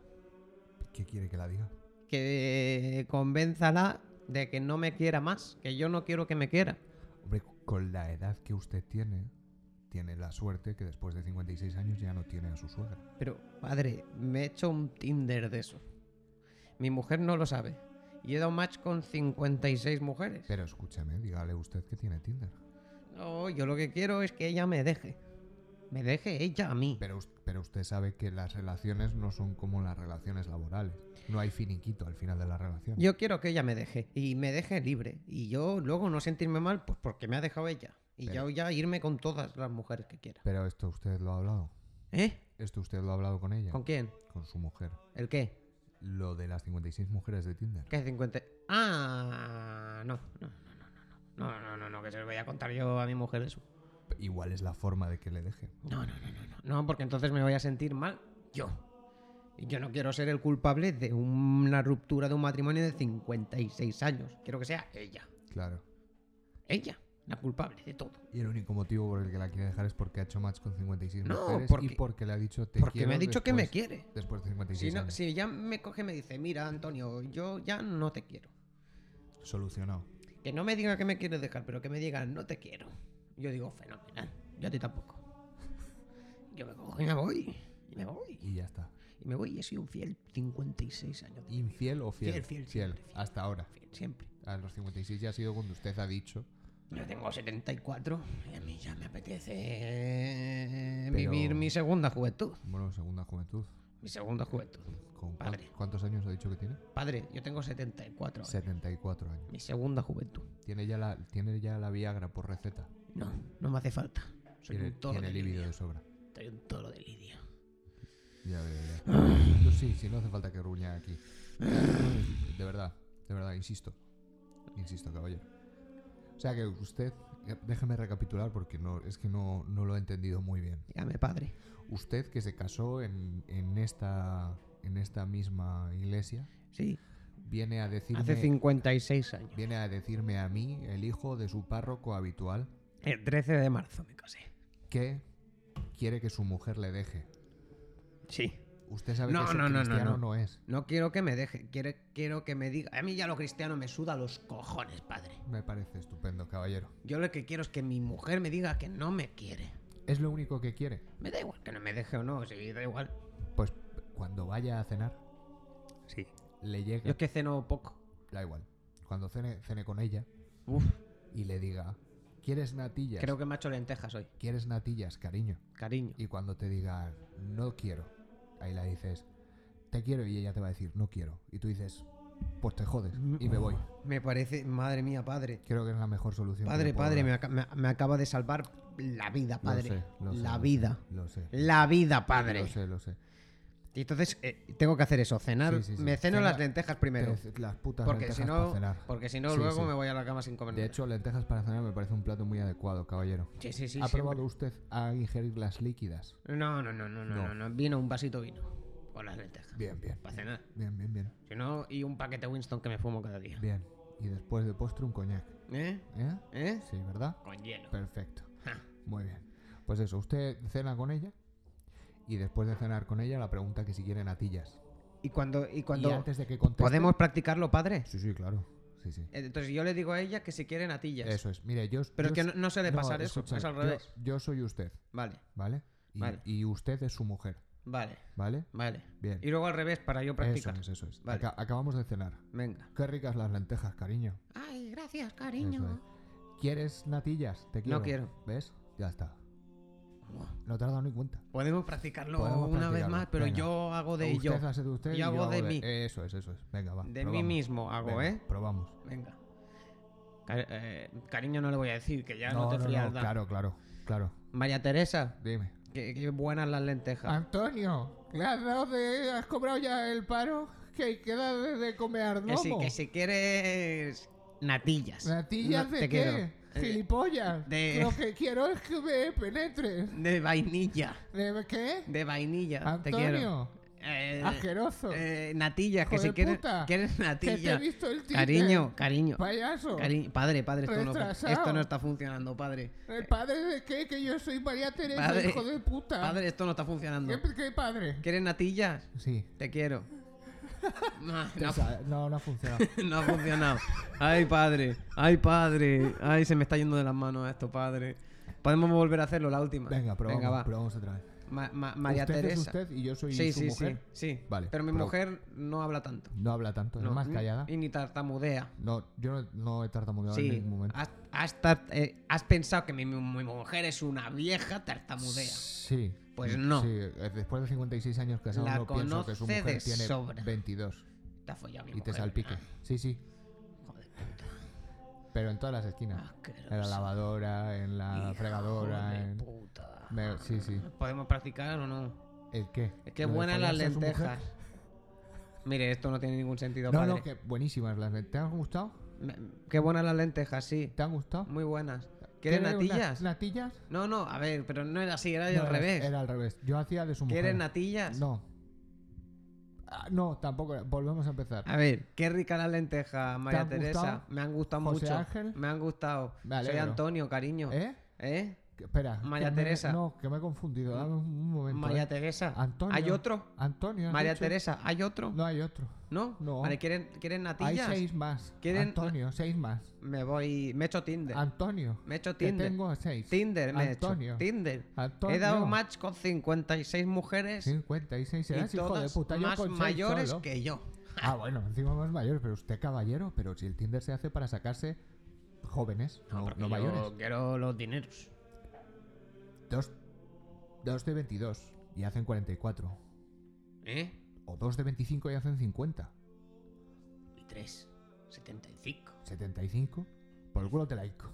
Speaker 2: ¿Qué quiere que la diga?
Speaker 3: Que convénzala de que no me quiera más, que yo no quiero que me quiera.
Speaker 2: Hombre, con la edad que usted tiene, tiene la suerte que después de 56 años ya no tiene a su suegra.
Speaker 3: Pero, padre, me he hecho un Tinder de eso. Mi mujer no lo sabe. Y he dado match con 56 mujeres.
Speaker 2: Pero escúchame, dígale usted que tiene Tinder.
Speaker 3: No, yo lo que quiero es que ella me deje. Me deje ella a mí.
Speaker 2: Pero, us- pero usted sabe que las relaciones no son como las relaciones laborales. No hay finiquito al final de la relación.
Speaker 3: Yo quiero que ella me deje. Y me deje libre. Y yo luego no sentirme mal, pues porque me ha dejado ella. Y
Speaker 2: Pero-
Speaker 3: ya, ya irme con todas las mujeres que quiera.
Speaker 2: Pero esto usted lo ha hablado.
Speaker 3: ¿Eh?
Speaker 2: Esto usted lo ha hablado con ella.
Speaker 3: ¿Con quién?
Speaker 2: Con su mujer.
Speaker 3: ¿El qué?
Speaker 2: Lo de las 56 mujeres de Tinder.
Speaker 3: ¿Qué 50? Ah, no, no, no, no, no, no, no, no, no, que se lo voy a contar yo a mi mujer eso.
Speaker 2: Igual es la forma de que le deje.
Speaker 3: No, no, no, no, no, no, porque entonces me voy a sentir mal yo. Y yo no quiero ser el culpable de una ruptura de un matrimonio de 56 años. Quiero que sea ella.
Speaker 2: Claro.
Speaker 3: Ella, la culpable de todo.
Speaker 2: Y el único motivo por el que la quiere dejar es porque ha hecho match con 56
Speaker 3: No,
Speaker 2: mujeres y
Speaker 3: porque-
Speaker 2: porque le ha dicho te
Speaker 3: Porque
Speaker 2: quiero
Speaker 3: me ha dicho que me
Speaker 2: después-
Speaker 3: quiere.
Speaker 2: Después de
Speaker 3: Si,
Speaker 2: 56
Speaker 3: no-
Speaker 2: años.
Speaker 3: si ya me coge y me dice, mira, Antonio, yo ya no te quiero.
Speaker 2: Solucionado.
Speaker 3: Que no me diga que me quieres dejar, pero que me diga no te quiero. Yo digo, fenomenal. Yo a ti tampoco. Yo me cojo y me voy. Y me voy.
Speaker 2: Y ya está.
Speaker 3: Y me voy y he sido un fiel 56 años. de mi vida.
Speaker 2: ¿Infiel o fiel?
Speaker 3: Fiel, fiel, siempre fiel.
Speaker 2: Hasta ahora.
Speaker 3: Fiel, siempre.
Speaker 2: A los 56 ya ha sido cuando usted ha dicho.
Speaker 3: Yo tengo 74 y a mí ya me apetece eh,
Speaker 2: Pero-
Speaker 3: vivir mi segunda juventud.
Speaker 2: Bueno, segunda juventud.
Speaker 3: Mi segunda juventud.
Speaker 2: ¿Con cuán-
Speaker 3: Padre.
Speaker 2: ¿Cuántos años ha dicho que tiene?
Speaker 3: Padre, yo tengo 74.
Speaker 2: 74 años.
Speaker 3: Mi segunda juventud.
Speaker 2: Tiene ya la, tiene ya la Viagra por receta.
Speaker 3: No, no me hace falta. Soy
Speaker 2: Tiene,
Speaker 3: un toro
Speaker 2: tiene
Speaker 3: de
Speaker 2: líbido
Speaker 3: lidia.
Speaker 2: de sobra.
Speaker 3: Soy un toro de lidia.
Speaker 2: Ya veo, ya. Tú sí, sí, no hace falta que gruña aquí. De verdad, de verdad, insisto. Insisto, caballero. O sea que usted, eh, déjeme recapitular porque no, es que no, no lo he entendido muy bien.
Speaker 3: Dígame, padre.
Speaker 2: Usted que se casó en, en esta en esta misma iglesia
Speaker 3: Sí,
Speaker 2: viene a decirme
Speaker 3: hace 56 años.
Speaker 2: viene a decirme a mí, el hijo de su párroco habitual,
Speaker 3: El 13 de marzo me casé.
Speaker 2: que quiere que su mujer le deje.
Speaker 3: Sí.
Speaker 2: Usted sabe
Speaker 3: No,
Speaker 2: que ese
Speaker 3: no, no, no,
Speaker 2: cristiano
Speaker 3: no.
Speaker 2: es.
Speaker 3: No quiero que me deje, quiero, quiero que me diga. A mí ya lo cristiano me suda los cojones, padre.
Speaker 2: Me parece estupendo, caballero.
Speaker 3: Yo lo que quiero es que mi mujer me diga que no me quiere.
Speaker 2: Es lo único que quiere.
Speaker 3: Me da igual que no me deje o no, sí, da igual.
Speaker 2: Pues cuando vaya a cenar,
Speaker 3: Sí.
Speaker 2: le
Speaker 3: Yo
Speaker 2: llega.
Speaker 3: es que ceno poco.
Speaker 2: Da igual. Cuando cene, cene con ella
Speaker 3: Uf,
Speaker 2: y le diga, ¿quieres natillas?
Speaker 3: creo que me ha hecho lentejas hoy,
Speaker 2: ¿Quieres natillas, cariño?
Speaker 3: cariño.
Speaker 2: Y cuando te diga, no quiero, ahí la dices, te quiero y ella te va a decir, no quiero. Y tú dices, pues te jodes
Speaker 3: Mm,
Speaker 2: y me voy.
Speaker 3: Me parece, madre mía, padre.
Speaker 2: Creo que es la mejor solución. que le
Speaker 3: Padre,
Speaker 2: puedo
Speaker 3: padre,
Speaker 2: dar.
Speaker 3: me, aca- me- me acaba de salvar la vida,
Speaker 2: Lo
Speaker 3: padre.
Speaker 2: sé, lo sé,
Speaker 3: la
Speaker 2: lo sé,
Speaker 3: vida.
Speaker 2: Lo sé.
Speaker 3: La vida, padre.
Speaker 2: Lo sé, lo sé.
Speaker 3: Y entonces eh, tengo que hacer eso, cenar.
Speaker 2: Sí, sí, sí.
Speaker 3: Me ceno
Speaker 2: Cena-
Speaker 3: las lentejas primero.
Speaker 2: Te- Las putas
Speaker 3: Porque
Speaker 2: lentejas
Speaker 3: si no,
Speaker 2: para cenar.
Speaker 3: porque si no
Speaker 2: Sí,
Speaker 3: luego
Speaker 2: sí.
Speaker 3: me voy a la cama sin comer.
Speaker 2: De
Speaker 3: nada.
Speaker 2: hecho, lentejas para cenar me parece un plato muy adecuado, caballero.
Speaker 3: sí, sí, sí.
Speaker 2: ¿Ha
Speaker 3: siempre.
Speaker 2: probado usted a ingerir las líquidas?
Speaker 3: No, no, no, no, no,
Speaker 2: No.
Speaker 3: no, no. Vino, un vasito vino. Con las lentejas.
Speaker 2: Bien, bien.
Speaker 3: Para cenar.
Speaker 2: Bien, bien, bien.
Speaker 3: Si no, y un paquete Winston que me fumo cada día.
Speaker 2: Bien. Y después de postre un coñac.
Speaker 3: ¿Eh?
Speaker 2: ¿Eh?
Speaker 3: ¿Eh?
Speaker 2: Sí, ¿verdad?
Speaker 3: Con hielo.
Speaker 2: Perfecto.
Speaker 3: Ja.
Speaker 2: Muy bien. Pues eso, usted cena con ella y después de cenar con ella la pregunta que si quiere natillas.
Speaker 3: Y cuando, y
Speaker 2: Y
Speaker 3: cuando
Speaker 2: antes de que conteste...
Speaker 3: podemos practicarlo, padre.
Speaker 2: Sí, sí, claro. Sí, sí.
Speaker 3: Entonces yo le digo a ella que si quiere natillas.
Speaker 2: Eso es. Mire, yo...
Speaker 3: Pero
Speaker 2: yo
Speaker 3: que
Speaker 2: s-
Speaker 3: no, no se le
Speaker 2: no,
Speaker 3: pasar eso,
Speaker 2: escúchame,
Speaker 3: es al
Speaker 2: yo-
Speaker 3: revés.
Speaker 2: Yo, soy usted,
Speaker 3: Vale,
Speaker 2: ¿vale? Y,
Speaker 3: Vale.
Speaker 2: y usted es su mujer,
Speaker 3: vale,
Speaker 2: ¿vale?
Speaker 3: vale.
Speaker 2: Bien.
Speaker 3: Y luego al revés para yo
Speaker 2: Eso
Speaker 3: practicar.
Speaker 2: es, eso es.
Speaker 3: Vale.
Speaker 2: Aca- acabamos de cenar.
Speaker 3: Venga.
Speaker 2: Qué ricas las lentejas, cariño.
Speaker 3: Ay, gracias,
Speaker 2: Eso
Speaker 3: cariño.
Speaker 2: es. ¿Quieres natillas? Te quiero.
Speaker 3: No quiero.
Speaker 2: ¿Ves? Ya está. No te has dado ni cuenta.
Speaker 3: Podemos practicarlo
Speaker 2: Podemos
Speaker 3: una vez
Speaker 2: practicarlo,
Speaker 3: más, pero
Speaker 2: venga.
Speaker 3: yo hago de
Speaker 2: usted
Speaker 3: yo.
Speaker 2: hace de usted
Speaker 3: Yo
Speaker 2: y
Speaker 3: hago de mí.
Speaker 2: Eso es, eso es. Venga, va.
Speaker 3: De mí
Speaker 2: probamos.
Speaker 3: mismo hago,
Speaker 2: Venga,
Speaker 3: ¿eh?
Speaker 2: Probamos.
Speaker 3: Venga. Ca- eh, cariño, no le voy a decir, que ya no,
Speaker 2: no,
Speaker 3: te
Speaker 2: no,
Speaker 3: frías.
Speaker 2: no,
Speaker 3: da.
Speaker 2: claro, claro, claro.
Speaker 3: María Teresa,
Speaker 2: Dime.
Speaker 3: qué, qué buenas las lentejas.
Speaker 2: Ah, Antonio, ¿le has, dado de- has cobrado ya el paro? Que queda de, de comer
Speaker 3: que, si,
Speaker 2: gnomo.
Speaker 3: que si quieres natillas.
Speaker 2: ¿Natillas
Speaker 3: No,
Speaker 2: de
Speaker 3: te
Speaker 2: qué?
Speaker 3: quiero. Eh,
Speaker 2: ¡Gilipollas!
Speaker 3: de-
Speaker 2: Lo que quiero es que me penetres.
Speaker 3: Eh, De vainilla.
Speaker 2: ¿De qué?
Speaker 3: De vainilla. te quiero.
Speaker 2: Antonio,
Speaker 3: Eh,
Speaker 2: asqueroso.
Speaker 3: eh, natillas, que
Speaker 2: Hijo
Speaker 3: si
Speaker 2: de
Speaker 3: quieres,
Speaker 2: puta,
Speaker 3: quieres
Speaker 2: que te he
Speaker 3: natillas.
Speaker 2: visto el Tinder.
Speaker 3: Cariño, cariño.
Speaker 2: Payaso.
Speaker 3: Cari- padre, padre, esto no,
Speaker 2: Retrasado.
Speaker 3: esto no está funcionando, padre.
Speaker 2: ¿El Eh, padre de qué? Que yo soy María Teresa,
Speaker 3: Padre.
Speaker 2: hijo de puta.
Speaker 3: Padre, esto no está funcionando.
Speaker 2: ¿Qué, qué padre?
Speaker 3: ¿Quieres natillas?
Speaker 2: Sí.
Speaker 3: Te quiero. No, no,
Speaker 4: Tesa, no, no ha funcionado.
Speaker 3: [LAUGHS] no ha funcionado. Ay, padre. Ay, padre. Ay, se me está yendo de las manos esto, padre. Podemos volver a hacerlo, la última.
Speaker 2: Venga, probamos,
Speaker 3: Venga, va.
Speaker 2: probamos otra vez.
Speaker 3: Ma- ma- María
Speaker 2: usted
Speaker 3: Teresa.
Speaker 2: es usted y yo soy
Speaker 3: sí,
Speaker 2: su
Speaker 3: sí,
Speaker 2: mujer.
Speaker 3: sí, sí.
Speaker 2: Vale,
Speaker 3: Pero mi
Speaker 2: pero-
Speaker 3: mujer no habla tanto.
Speaker 2: No habla tanto,
Speaker 3: No,
Speaker 2: es más
Speaker 3: ni-
Speaker 2: callada.
Speaker 3: Y ni tartamudea.
Speaker 2: No, yo no, no he tartamudeado en
Speaker 3: Sí, Ah,
Speaker 2: ningún momento.
Speaker 3: has, has tar- eh, has pensado que mi, mi- mi mujer es una vieja tartamudea.
Speaker 2: Sí.
Speaker 3: Pues no.
Speaker 2: Sí, eh, después de 56 años casados
Speaker 3: La
Speaker 2: no pienso que su
Speaker 3: conoce
Speaker 2: mujer
Speaker 3: de
Speaker 2: tiene
Speaker 3: sobra.
Speaker 2: 22
Speaker 3: Te ha follado mi
Speaker 2: y te
Speaker 3: mujer,
Speaker 2: salpique.
Speaker 3: ¿verdad?
Speaker 2: Sí, sí.
Speaker 3: Joder, puta,
Speaker 2: Pero en todas las esquinas. En la
Speaker 3: asqueroso.
Speaker 2: lavadora, en la
Speaker 3: Ah, Hijo
Speaker 2: fregadora, eh.
Speaker 3: de
Speaker 2: en...
Speaker 3: puta.
Speaker 2: Me- sí, sí.
Speaker 3: ¿Podemos practicar o no?
Speaker 2: ¿El qué?
Speaker 3: Es que
Speaker 2: ¿Lo de
Speaker 3: buenas las
Speaker 2: follarse a su mujer?
Speaker 3: lentejas. Mire, esto no tiene ningún sentido,
Speaker 2: No,
Speaker 3: padre.
Speaker 2: no, que buenísimas las lentejas. ¿Te han gustado?
Speaker 3: Me- Qué buenas las lentejas, sí.
Speaker 2: ¿Te han gustado?
Speaker 3: Muy buenas.
Speaker 2: ¿Quieres
Speaker 3: ¿Quieres
Speaker 2: unas
Speaker 3: natillas?
Speaker 2: ¿Natillas?
Speaker 3: No, no, a ver, pero no era así, era
Speaker 2: No,
Speaker 3: al
Speaker 2: era-
Speaker 3: revés.
Speaker 2: Era al revés. Yo hacía de su mujer.
Speaker 3: ¿Quieres natillas?
Speaker 2: No. Ah, no, tampoco. era- Volvemos a empezar.
Speaker 3: A ver, qué rica las lentejas, María
Speaker 2: han
Speaker 3: Teresa.
Speaker 2: gustado?
Speaker 3: Me han gustado
Speaker 2: José
Speaker 3: mucho.
Speaker 2: Ángel.
Speaker 3: Me han gustado.
Speaker 2: Me
Speaker 3: Soy
Speaker 2: alegro.
Speaker 3: Antonio, cariño.
Speaker 2: ¿Eh?
Speaker 3: ¿Eh?
Speaker 2: Que- Espera.
Speaker 3: María
Speaker 2: que me-
Speaker 3: Teresa. ¿Mm?
Speaker 2: no, que me he confundido. Dame un- un momento.
Speaker 3: María
Speaker 2: eh.
Speaker 3: Teresa.
Speaker 2: Antonio.
Speaker 3: ¿Hay otro?
Speaker 2: Antonio. ¿has
Speaker 3: María
Speaker 2: dicho?
Speaker 3: Teresa, ¿hay otro?
Speaker 2: No hay otro.
Speaker 3: ¿No?
Speaker 2: No.
Speaker 3: Vale, ¿quieren, quieren
Speaker 2: Hay
Speaker 3: natillas?
Speaker 2: seis más.
Speaker 3: ¿Quieren-
Speaker 2: Antonio, seis más.
Speaker 3: Me voy. Me he hecho Tinder.
Speaker 2: Antonio.
Speaker 3: me he hecho
Speaker 2: Que
Speaker 3: Tinder.
Speaker 2: tengo seis.
Speaker 3: Tinder, me he
Speaker 2: Antonio.
Speaker 3: hecho. Tinder.
Speaker 2: Antonio.
Speaker 3: He dado match con 56 mujeres.
Speaker 2: 56
Speaker 3: y
Speaker 2: serás, hijo de
Speaker 3: todas
Speaker 2: puta. Yo
Speaker 3: más
Speaker 2: con seis
Speaker 3: mayores
Speaker 2: solo.
Speaker 3: que yo.
Speaker 2: Ah, bueno, encima más mayores, pero usted caballero, pero si el Tinder se hace para sacarse jóvenes, no,
Speaker 3: porque
Speaker 2: no
Speaker 3: yo
Speaker 2: mayores.
Speaker 3: quiero los dineros.
Speaker 2: Dos, dos de 22 y hacen 44.
Speaker 3: ¿Eh?
Speaker 2: O dos de 25 y hacen 50.
Speaker 3: Y 3. 75.
Speaker 2: 75. Por el culo te laico.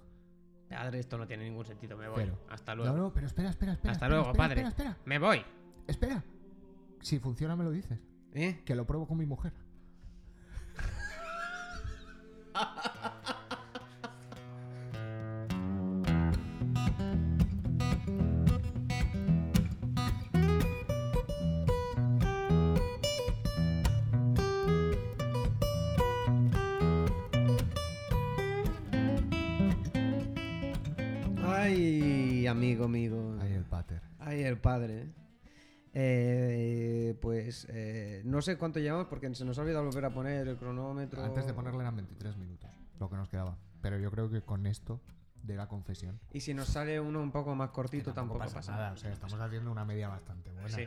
Speaker 3: Padre, esto no tiene ningún sentido. Me voy.
Speaker 2: Cero.
Speaker 3: Hasta luego.
Speaker 2: No, no, pero espera, espera, espera.
Speaker 3: Hasta
Speaker 2: espera,
Speaker 3: luego,
Speaker 2: espera,
Speaker 3: padre.
Speaker 2: Espera, espera,
Speaker 3: Me voy.
Speaker 2: espera. Si funciona, me lo dices.
Speaker 3: ¿Eh?
Speaker 2: Que lo pruebo con mi mujer.
Speaker 3: Ay, amigo, amigo.
Speaker 2: Ahí el pater.
Speaker 3: Ay, el padre. Eh, pues eh, no sé cuánto llevamos porque se nos ha olvidado volver a poner el cronómetro.
Speaker 2: Antes de ponerle eran 23 minutos, lo que nos quedaba. Pero yo creo que con esto de la confesión.
Speaker 3: Y si nos sale uno un poco más
Speaker 2: que
Speaker 3: cortito, tampoco, pasa,
Speaker 2: nada. O sea, estamos haciendo una media bastante buena.
Speaker 3: Sí,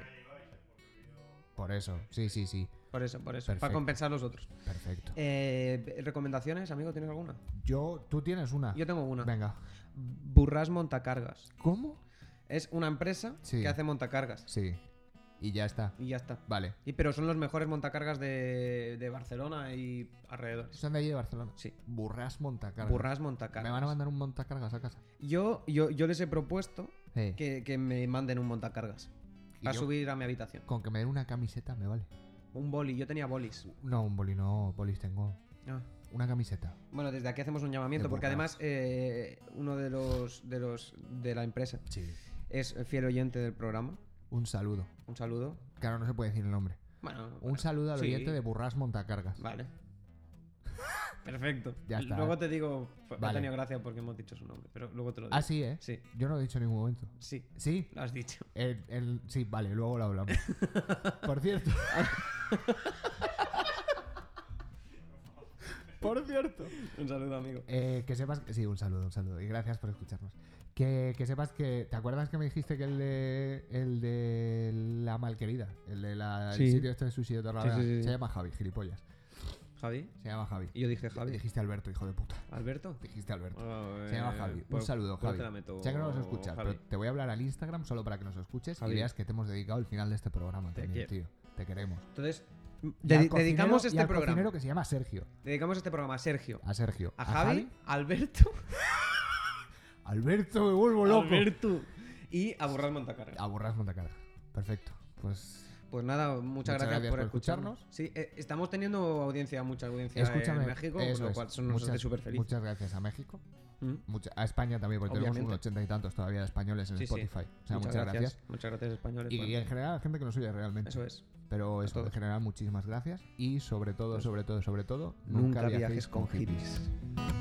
Speaker 2: Por eso, sí, sí, sí.
Speaker 3: por eso, por eso. Para
Speaker 2: Perfecto.
Speaker 3: compensar los otros.
Speaker 2: Perfecto.
Speaker 3: Eh, ¿Recomendaciones, amigo? ¿Tienes alguna?
Speaker 2: Yo, tú tienes una.
Speaker 3: Yo tengo una.
Speaker 2: Ah, Venga.
Speaker 3: Burras Montacargas.
Speaker 2: ¿Cómo?
Speaker 3: Es una empresa
Speaker 2: Sí.
Speaker 3: que hace montacargas.
Speaker 2: Sí. Y ya está.
Speaker 3: Y ya está.
Speaker 2: Vale.
Speaker 3: Y pero son los mejores montacargas de, de Barcelona y alrededores.
Speaker 2: Son de allí de Barcelona.
Speaker 3: Sí.
Speaker 2: Burras montacargas.
Speaker 3: Burras
Speaker 2: Me
Speaker 3: montacargas.
Speaker 2: van a mandar un montacargas a casa.
Speaker 3: Yo, yo, yo les he propuesto
Speaker 2: Eh,
Speaker 3: que, que me manden un montacargas.
Speaker 2: ¿Y
Speaker 3: Para
Speaker 2: yo?
Speaker 3: subir a mi habitación.
Speaker 2: Con que me den una camiseta me vale.
Speaker 3: Un boli, yo tenía bolis. Ah.
Speaker 2: No, un boli no, bolis tengo. Una camiseta.
Speaker 3: Bueno, desde aquí hacemos un llamamiento,
Speaker 2: De
Speaker 3: porque
Speaker 2: burras.
Speaker 3: además eh, uno de los, de los de la empresa
Speaker 2: Sí.
Speaker 3: es fiel oyente del programa.
Speaker 2: Un saludo.
Speaker 3: Un saludo.
Speaker 2: Claro, no se puede decir el nombre.
Speaker 3: Bueno,
Speaker 2: Un
Speaker 3: bueno,
Speaker 2: saludo al
Speaker 3: sí.
Speaker 2: oyente de Burras Montacargas. [LAUGHS]
Speaker 3: Vale. Perfecto.
Speaker 2: Ya está.
Speaker 3: Luego te digo, pues, me ha
Speaker 2: Vale.
Speaker 3: tenido gracia porque hemos dicho su nombre, pero luego te lo digo.
Speaker 2: Ah, sí, ¿eh?
Speaker 3: Sí,
Speaker 2: Yo no lo he dicho en ningún momento.
Speaker 3: sí,
Speaker 2: Sí,
Speaker 3: lo has dicho.
Speaker 2: el- el- sí, vale, luego lo
Speaker 3: [LAUGHS]
Speaker 2: hablamos. Por cierto. Por cierto.
Speaker 3: Un saludo, amigo.
Speaker 2: Eh, que sepas que. Sí, un saludo, un saludo. Y gracias por escucharnos. Que, que sepas que. ¿Te acuerdas que me dijiste que el de. El de la malquerida? El de la. el
Speaker 3: Sí.
Speaker 2: sitio este de sushi de Torlavega.
Speaker 3: Sí, sí, sí.
Speaker 2: Se llama Javi, gilipollas.
Speaker 3: ¿Javi?
Speaker 2: Se llama Javi.
Speaker 3: Y yo dije, Javi. Eh,
Speaker 2: Dijiste Alberto, hijo de puta.
Speaker 3: ¿Alberto?
Speaker 2: Dijiste Alberto.
Speaker 3: Se
Speaker 2: Se llama Javi.
Speaker 3: pues
Speaker 2: Un saludo, Javi. Sé que no nos escuchas, pero te voy a hablar al Instagram solo para que nos escuches
Speaker 3: Javi.
Speaker 2: y veas que te hemos dedicado el final de este programa
Speaker 3: Te
Speaker 2: también,
Speaker 3: quiero.
Speaker 2: tío. Te queremos.
Speaker 3: Entonces,
Speaker 2: Y al
Speaker 3: dedi- dedicamos
Speaker 2: cocinero- y
Speaker 3: este
Speaker 2: al
Speaker 3: programa.
Speaker 2: cocinero que se llama Sergio.
Speaker 3: Dedicamos este programa a Sergio,
Speaker 2: A Sergio.
Speaker 3: a, Javi,
Speaker 2: [LAUGHS]
Speaker 3: Alberto,
Speaker 2: Alberto, me vuelvo loco.
Speaker 3: Alberto y a Burras Montacargas.
Speaker 2: A Borras Montacarga. Perfecto. Pues
Speaker 3: Pues nada, muchas, gracias, por,
Speaker 2: por
Speaker 3: escucharnos. Sí, eh, estamos teniendo audiencia, mucha audiencia
Speaker 2: Escúchame,
Speaker 3: en México,
Speaker 2: eso
Speaker 3: con lo
Speaker 2: es.
Speaker 3: cual eso nos hace
Speaker 2: Muchas-
Speaker 3: súper feliz.
Speaker 2: Muchas gracias a México.
Speaker 3: ¿Mm?
Speaker 2: Mucha- a España también, porque tenemos
Speaker 3: Obviamente.
Speaker 2: unos ochenta y tantos todavía de españoles en
Speaker 3: Sí, sí.
Speaker 2: Spotify. O sea, muchas, gracias.
Speaker 3: Muchas gracias, españoles.
Speaker 2: Y,
Speaker 3: por-
Speaker 2: y en general a la gente que nos oye realmente.
Speaker 3: Eso es.
Speaker 2: Pero eso, en
Speaker 3: todos.
Speaker 2: general, muchísimas gracias. Y sobre todo, sobre todo, sobre todo,
Speaker 3: Nunca viajes con hippies.
Speaker 2: hippies.